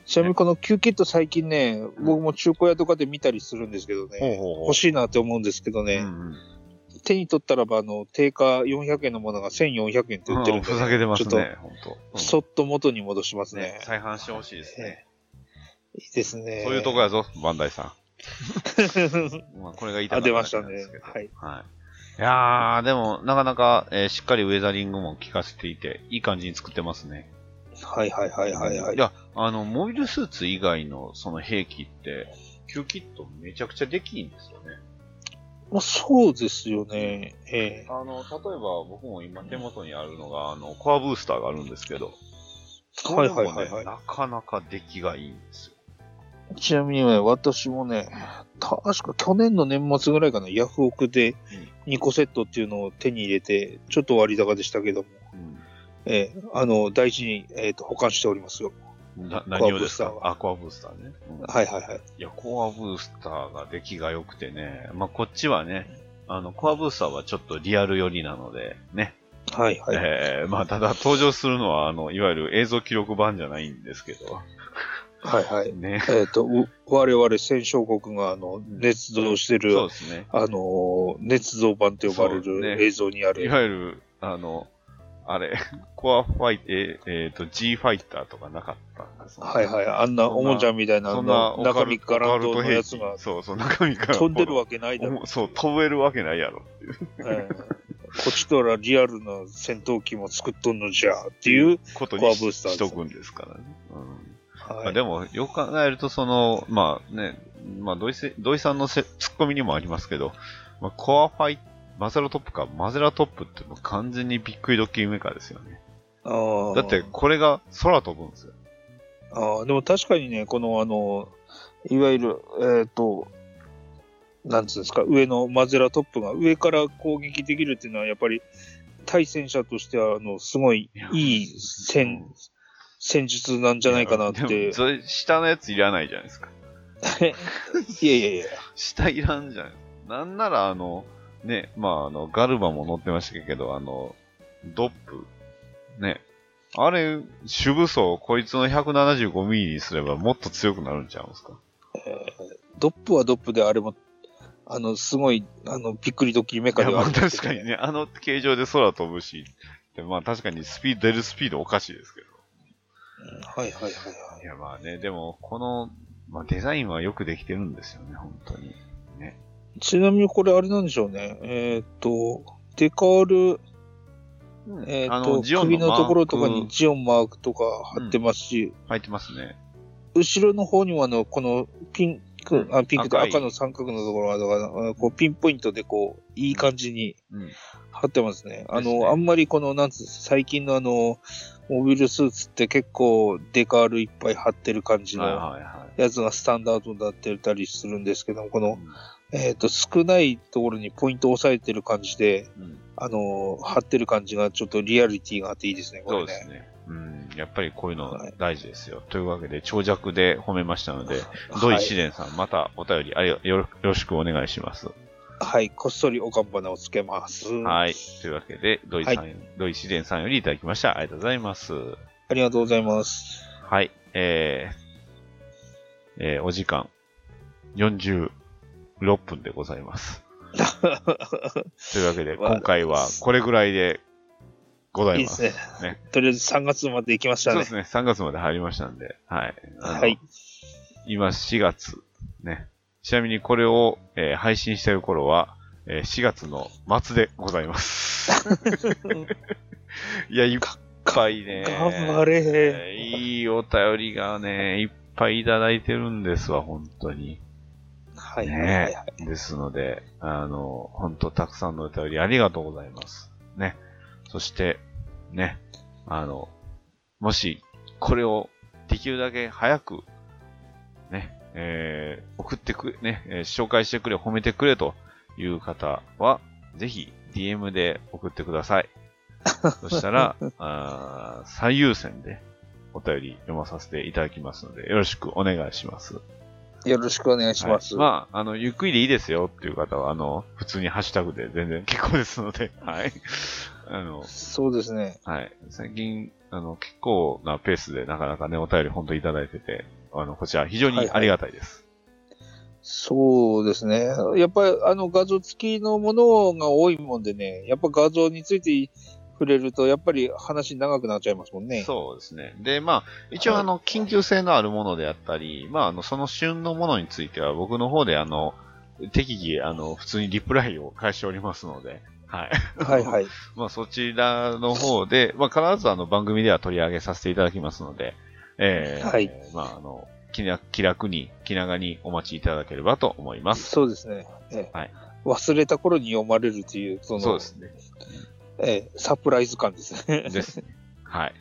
[SPEAKER 3] ちなみにこの Q キット最近ね、僕も中古屋とかで見たりするんですけ
[SPEAKER 2] ほ
[SPEAKER 3] ど
[SPEAKER 2] う
[SPEAKER 3] ね、
[SPEAKER 2] ほうほう
[SPEAKER 3] 欲。しいなって思うんですけどね、
[SPEAKER 2] うんうん
[SPEAKER 3] 手に取ったらば、あの、定価400円のものが1400円って売ってる
[SPEAKER 2] うんん
[SPEAKER 3] で、
[SPEAKER 2] ふざけてます
[SPEAKER 3] ちょっ
[SPEAKER 2] ね、本
[SPEAKER 3] と、
[SPEAKER 2] 当。
[SPEAKER 3] そっと元に戻します
[SPEAKER 2] うんね
[SPEAKER 3] ね。
[SPEAKER 2] 再販してほしいですね。
[SPEAKER 3] いいですね。
[SPEAKER 2] そういうとこやぞ、バンダイさん。まあこれが言いたかった
[SPEAKER 3] あ出ましたね
[SPEAKER 2] だけなんですけど
[SPEAKER 3] はい
[SPEAKER 2] はい。いやー、でも、なかなか、えーしっかりウェザリングも効かせていて、いい感じに作ってますね。
[SPEAKER 3] はいはいはいはいはい。
[SPEAKER 2] や、あの、モビルスーツ以外のその兵器って、旧キットめちゃくちゃできいいんですよね。
[SPEAKER 3] まあ、そうですよね。ええ
[SPEAKER 2] あの、例えば僕も今手元にあるのが、あの、コアブースターがあるんですけど、こ
[SPEAKER 3] はい
[SPEAKER 2] れも
[SPEAKER 3] は
[SPEAKER 2] ね、
[SPEAKER 3] いはいはい。
[SPEAKER 2] なかなか出来がいいんですよ。
[SPEAKER 3] ちなみにね、私もね、確か去年の年末ぐらいかな、ヤフオクで2個セットっていうのを手に入れて、ちょっと割高でしたけども、
[SPEAKER 2] うん。
[SPEAKER 3] ええあの、大事に、えっ、と、保管しておりますよ。
[SPEAKER 2] な何をです
[SPEAKER 3] コ
[SPEAKER 2] か
[SPEAKER 3] アブースターは
[SPEAKER 2] あ、コアブースターね。うん
[SPEAKER 3] はいはいはい。
[SPEAKER 2] いや、コアブースターが出来が良くてね、まあ、こっちはね、あの、コアブースターはちょっとリアル寄りなので、ね。
[SPEAKER 3] はいはい。
[SPEAKER 2] えーまあ、ただ登場するのは、あの、いわゆる映像記録版じゃないんですけど、
[SPEAKER 3] はいはい。
[SPEAKER 2] ね。
[SPEAKER 3] えっ、と、う我々戦勝国が、あの、捏造してる、
[SPEAKER 2] そうですね。
[SPEAKER 3] あのー、捏造版と呼ばれ
[SPEAKER 2] そうね
[SPEAKER 3] る映像にあ
[SPEAKER 2] い
[SPEAKER 3] る、
[SPEAKER 2] わゆる、あの、あれ、 コアファイえーえーと、G ファイターとかなかったんですね
[SPEAKER 3] はいはい、あんなおもちゃみたいな、
[SPEAKER 2] そ
[SPEAKER 3] あ
[SPEAKER 2] んな
[SPEAKER 3] の
[SPEAKER 2] オカル、
[SPEAKER 3] 中身からんと
[SPEAKER 2] オカルト
[SPEAKER 3] の
[SPEAKER 2] 兵
[SPEAKER 3] や
[SPEAKER 2] 器
[SPEAKER 3] つが
[SPEAKER 2] そうそう、中身から
[SPEAKER 3] 飛んでるわけないだろ
[SPEAKER 2] そう、飛べるわけないやろ。
[SPEAKER 3] ええこっちとらリアルな戦闘機も作っとんのじゃ、っていう。
[SPEAKER 2] こと
[SPEAKER 3] コア
[SPEAKER 2] に
[SPEAKER 3] ブースター
[SPEAKER 2] し
[SPEAKER 3] ズ
[SPEAKER 2] しとくんですからね。うんま
[SPEAKER 3] は
[SPEAKER 2] あ、
[SPEAKER 3] い
[SPEAKER 2] でも、よく考えると、その、まあね、まあ土井せ、土井さんのせツッコミにもありますけど、まあ、コアファイ、マゼラトップか、マゼラトップってもう完全にびっくりドッキリメーカーですよね。
[SPEAKER 3] あー
[SPEAKER 2] だって、これが空飛ぶんですよ。
[SPEAKER 3] ああ、でも確かにね、この、あの、いわゆる、えっ、と、なんつうんですか、上のマゼラトップが上から攻撃できるっていうのは、やっぱり対戦車としては、あの、すごいいい戦、戦術なんじゃないかなっ
[SPEAKER 2] やで
[SPEAKER 3] て
[SPEAKER 2] も。それ下のやついらないじゃないですか。
[SPEAKER 3] いやいやいや、
[SPEAKER 2] 下いらんじゃないですか。なんなら、あの、ね、まあ、あの、ガルバも乗ってましたけど、あの、ドップ、ね、あれ、主武装、こいつの175ミリにすればもっと強くなるんちゃうんですか
[SPEAKER 3] ドップはドップであれも、あの、すごい、あの、びっくりドッキリメ
[SPEAKER 2] い
[SPEAKER 3] カ
[SPEAKER 2] や、
[SPEAKER 3] で
[SPEAKER 2] ま
[SPEAKER 3] は
[SPEAKER 2] あ
[SPEAKER 3] あるんです
[SPEAKER 2] 確
[SPEAKER 3] け
[SPEAKER 2] か
[SPEAKER 3] ど
[SPEAKER 2] にね、あの形状で空飛ぶし、でまあ確かにスピード、出るスピードおかしいですけど。
[SPEAKER 3] うんはいはいはいはい
[SPEAKER 2] や、まあね、でも、この、まあデザインはよくできてるんですよね、本当に。
[SPEAKER 3] い。ちなみにこれあれなんでしょうね。えっ、と、デカール、えっ、
[SPEAKER 2] あ
[SPEAKER 3] と、
[SPEAKER 2] の、ジオン
[SPEAKER 3] 首
[SPEAKER 2] の
[SPEAKER 3] のところとか
[SPEAKER 2] マー
[SPEAKER 3] に
[SPEAKER 2] ク
[SPEAKER 3] ジオンマークとか貼ってますし、
[SPEAKER 2] 入ってますね。
[SPEAKER 3] 後ろの方にもあの、このピンク、あピンクと
[SPEAKER 2] 赤い
[SPEAKER 3] 赤の三角のところが、だからこうピンポイントでこう、いい感じに
[SPEAKER 2] うん。
[SPEAKER 3] 貼ってますね。あ
[SPEAKER 2] ですね
[SPEAKER 3] の、あんまりこの、なんつう最近のあの、モビルスーツって結構デカールいっぱい貼ってる感じ
[SPEAKER 2] はい
[SPEAKER 3] の
[SPEAKER 2] はいは
[SPEAKER 3] やつがスタンダードになってたりするんですけども、この
[SPEAKER 2] い、。
[SPEAKER 3] えっ、と、少ないところにポイントを押さえてる感じで、
[SPEAKER 2] うんうん
[SPEAKER 3] あの、貼ってる感じがちょっとリアリティがあっていいですね、こ
[SPEAKER 2] そ
[SPEAKER 3] れ
[SPEAKER 2] うです
[SPEAKER 3] ね。
[SPEAKER 2] ね。うん、やっぱりこういうの
[SPEAKER 3] はい
[SPEAKER 2] 大事ですよ。というわけで、長尺で褒めましたので、
[SPEAKER 3] はい
[SPEAKER 2] 土井紫蓮さん、またお便りありよよろしくお願いします。
[SPEAKER 3] はい、こっそりおかんばなをつけます。
[SPEAKER 2] はい。というわけで、土井さん、
[SPEAKER 3] は
[SPEAKER 2] 土井紫蓮さんよりいただきました。ありがとうございます。
[SPEAKER 3] ありがとうございます。
[SPEAKER 2] はい。えー、えーお時間46分でございます。というわけで、
[SPEAKER 3] まあ
[SPEAKER 2] 今回はこれぐらいでござ
[SPEAKER 3] いい
[SPEAKER 2] い
[SPEAKER 3] で
[SPEAKER 2] ますす。
[SPEAKER 3] ね。
[SPEAKER 2] ね
[SPEAKER 3] とりあえず3月まで行きまし
[SPEAKER 2] そう
[SPEAKER 3] たね
[SPEAKER 2] で。すね。3月まで入りましたんで、はい。あの
[SPEAKER 3] はい。
[SPEAKER 2] 今4月、ね。ちなみにこれを、えー配信してる頃は、えー4月の末でござい ます。いや、いっぱいね。
[SPEAKER 3] 頑張れ。
[SPEAKER 2] えーいいお便りがね、いっぱいいただいてるんですわ、本当に。
[SPEAKER 3] はいはいはい
[SPEAKER 2] ね
[SPEAKER 3] はい。
[SPEAKER 2] ですので、あの、本当たくさんのお便りありがとうございます。ね。そして、ね、あの、もし、これをできるだけ早く、ね、えー送ってく、ね、えー紹介してくれ、褒めてくれという方は、ぜひ DM で送ってください。そしたら、あー最優先でお便り読まさせていただきますので、よろしくお願いします。
[SPEAKER 3] よろしくお願いします。
[SPEAKER 2] はいまあ、あの、ゆっくりでいいですよっていう方は、あの、普通にハッシュタグで全然結構ですの で、はい。あの、
[SPEAKER 3] そうですね。
[SPEAKER 2] はい。最近、あの、結構なペースでなかなかね、お便り本当いただいてて、あの、こちら非常
[SPEAKER 3] はい
[SPEAKER 2] に
[SPEAKER 3] はい
[SPEAKER 2] ありがたいです。
[SPEAKER 3] そうですね。やっぱりあの画像付きのものが多いもんでね、やっぱ画像について触れると、やっぱり話長くなっちゃいますもんね。
[SPEAKER 2] そうですね。で、まあ、一応、
[SPEAKER 3] はい
[SPEAKER 2] あの、緊急性のあるものであったり、まあ、あの、その旬のものについては、僕の方で、あの、適宜、あの、普通にリプライを返しておりますので、はい。
[SPEAKER 3] はいはい。
[SPEAKER 2] まあ、そちらの方で、まあ、必ずあの番組では取り上げさせていただきますので、えー
[SPEAKER 3] はい
[SPEAKER 2] まあ、あの気な気楽に、気長にお待ちいただければと思います。
[SPEAKER 3] そうですね。ええ
[SPEAKER 2] はい
[SPEAKER 3] 忘れた頃に読まれるという、その
[SPEAKER 2] そうですね。
[SPEAKER 3] ええサプライズ感ですね。
[SPEAKER 2] ですね。はい。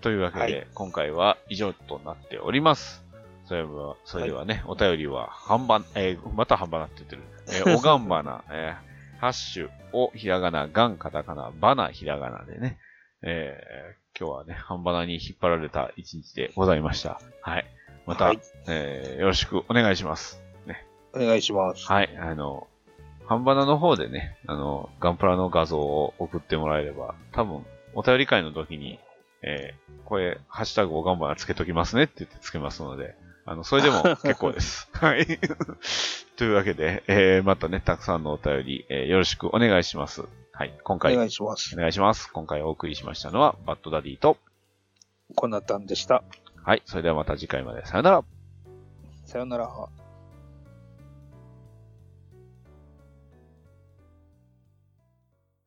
[SPEAKER 2] というわけで、
[SPEAKER 3] はい
[SPEAKER 2] 今回は以上となっております。それでは、それではね、お便りは、半ば、えーまた半ばなって言ってる。え ーおがんばな、えーハッシュ、お、ひらがな、がん、カタカナ、ばな、ひらがなでね、えー今日はね、半ばなに引っ張られた一日でございました。はい。また、
[SPEAKER 3] はい
[SPEAKER 2] えーよろしくお願いします。
[SPEAKER 3] お願いします。
[SPEAKER 2] はい、あの、半ばなの方でね、あの、ガンプラの画像を送ってもらえれば、多分、お便り会の時に、えーこれ、ハッシュタグをガンバナつけときますねって言ってつけますので、あの、それで も結構です。はい。 というわけで、えーまたね、たくさんのお便り、えーよろしくお願いします。はい、今
[SPEAKER 3] お
[SPEAKER 2] 回、
[SPEAKER 3] 願いします
[SPEAKER 2] お。願いします。今回お送りしましたのは、バッドダディと、
[SPEAKER 3] こんなたんでした。
[SPEAKER 2] はい、それではまた次回まで。さよなら。
[SPEAKER 3] さよなら。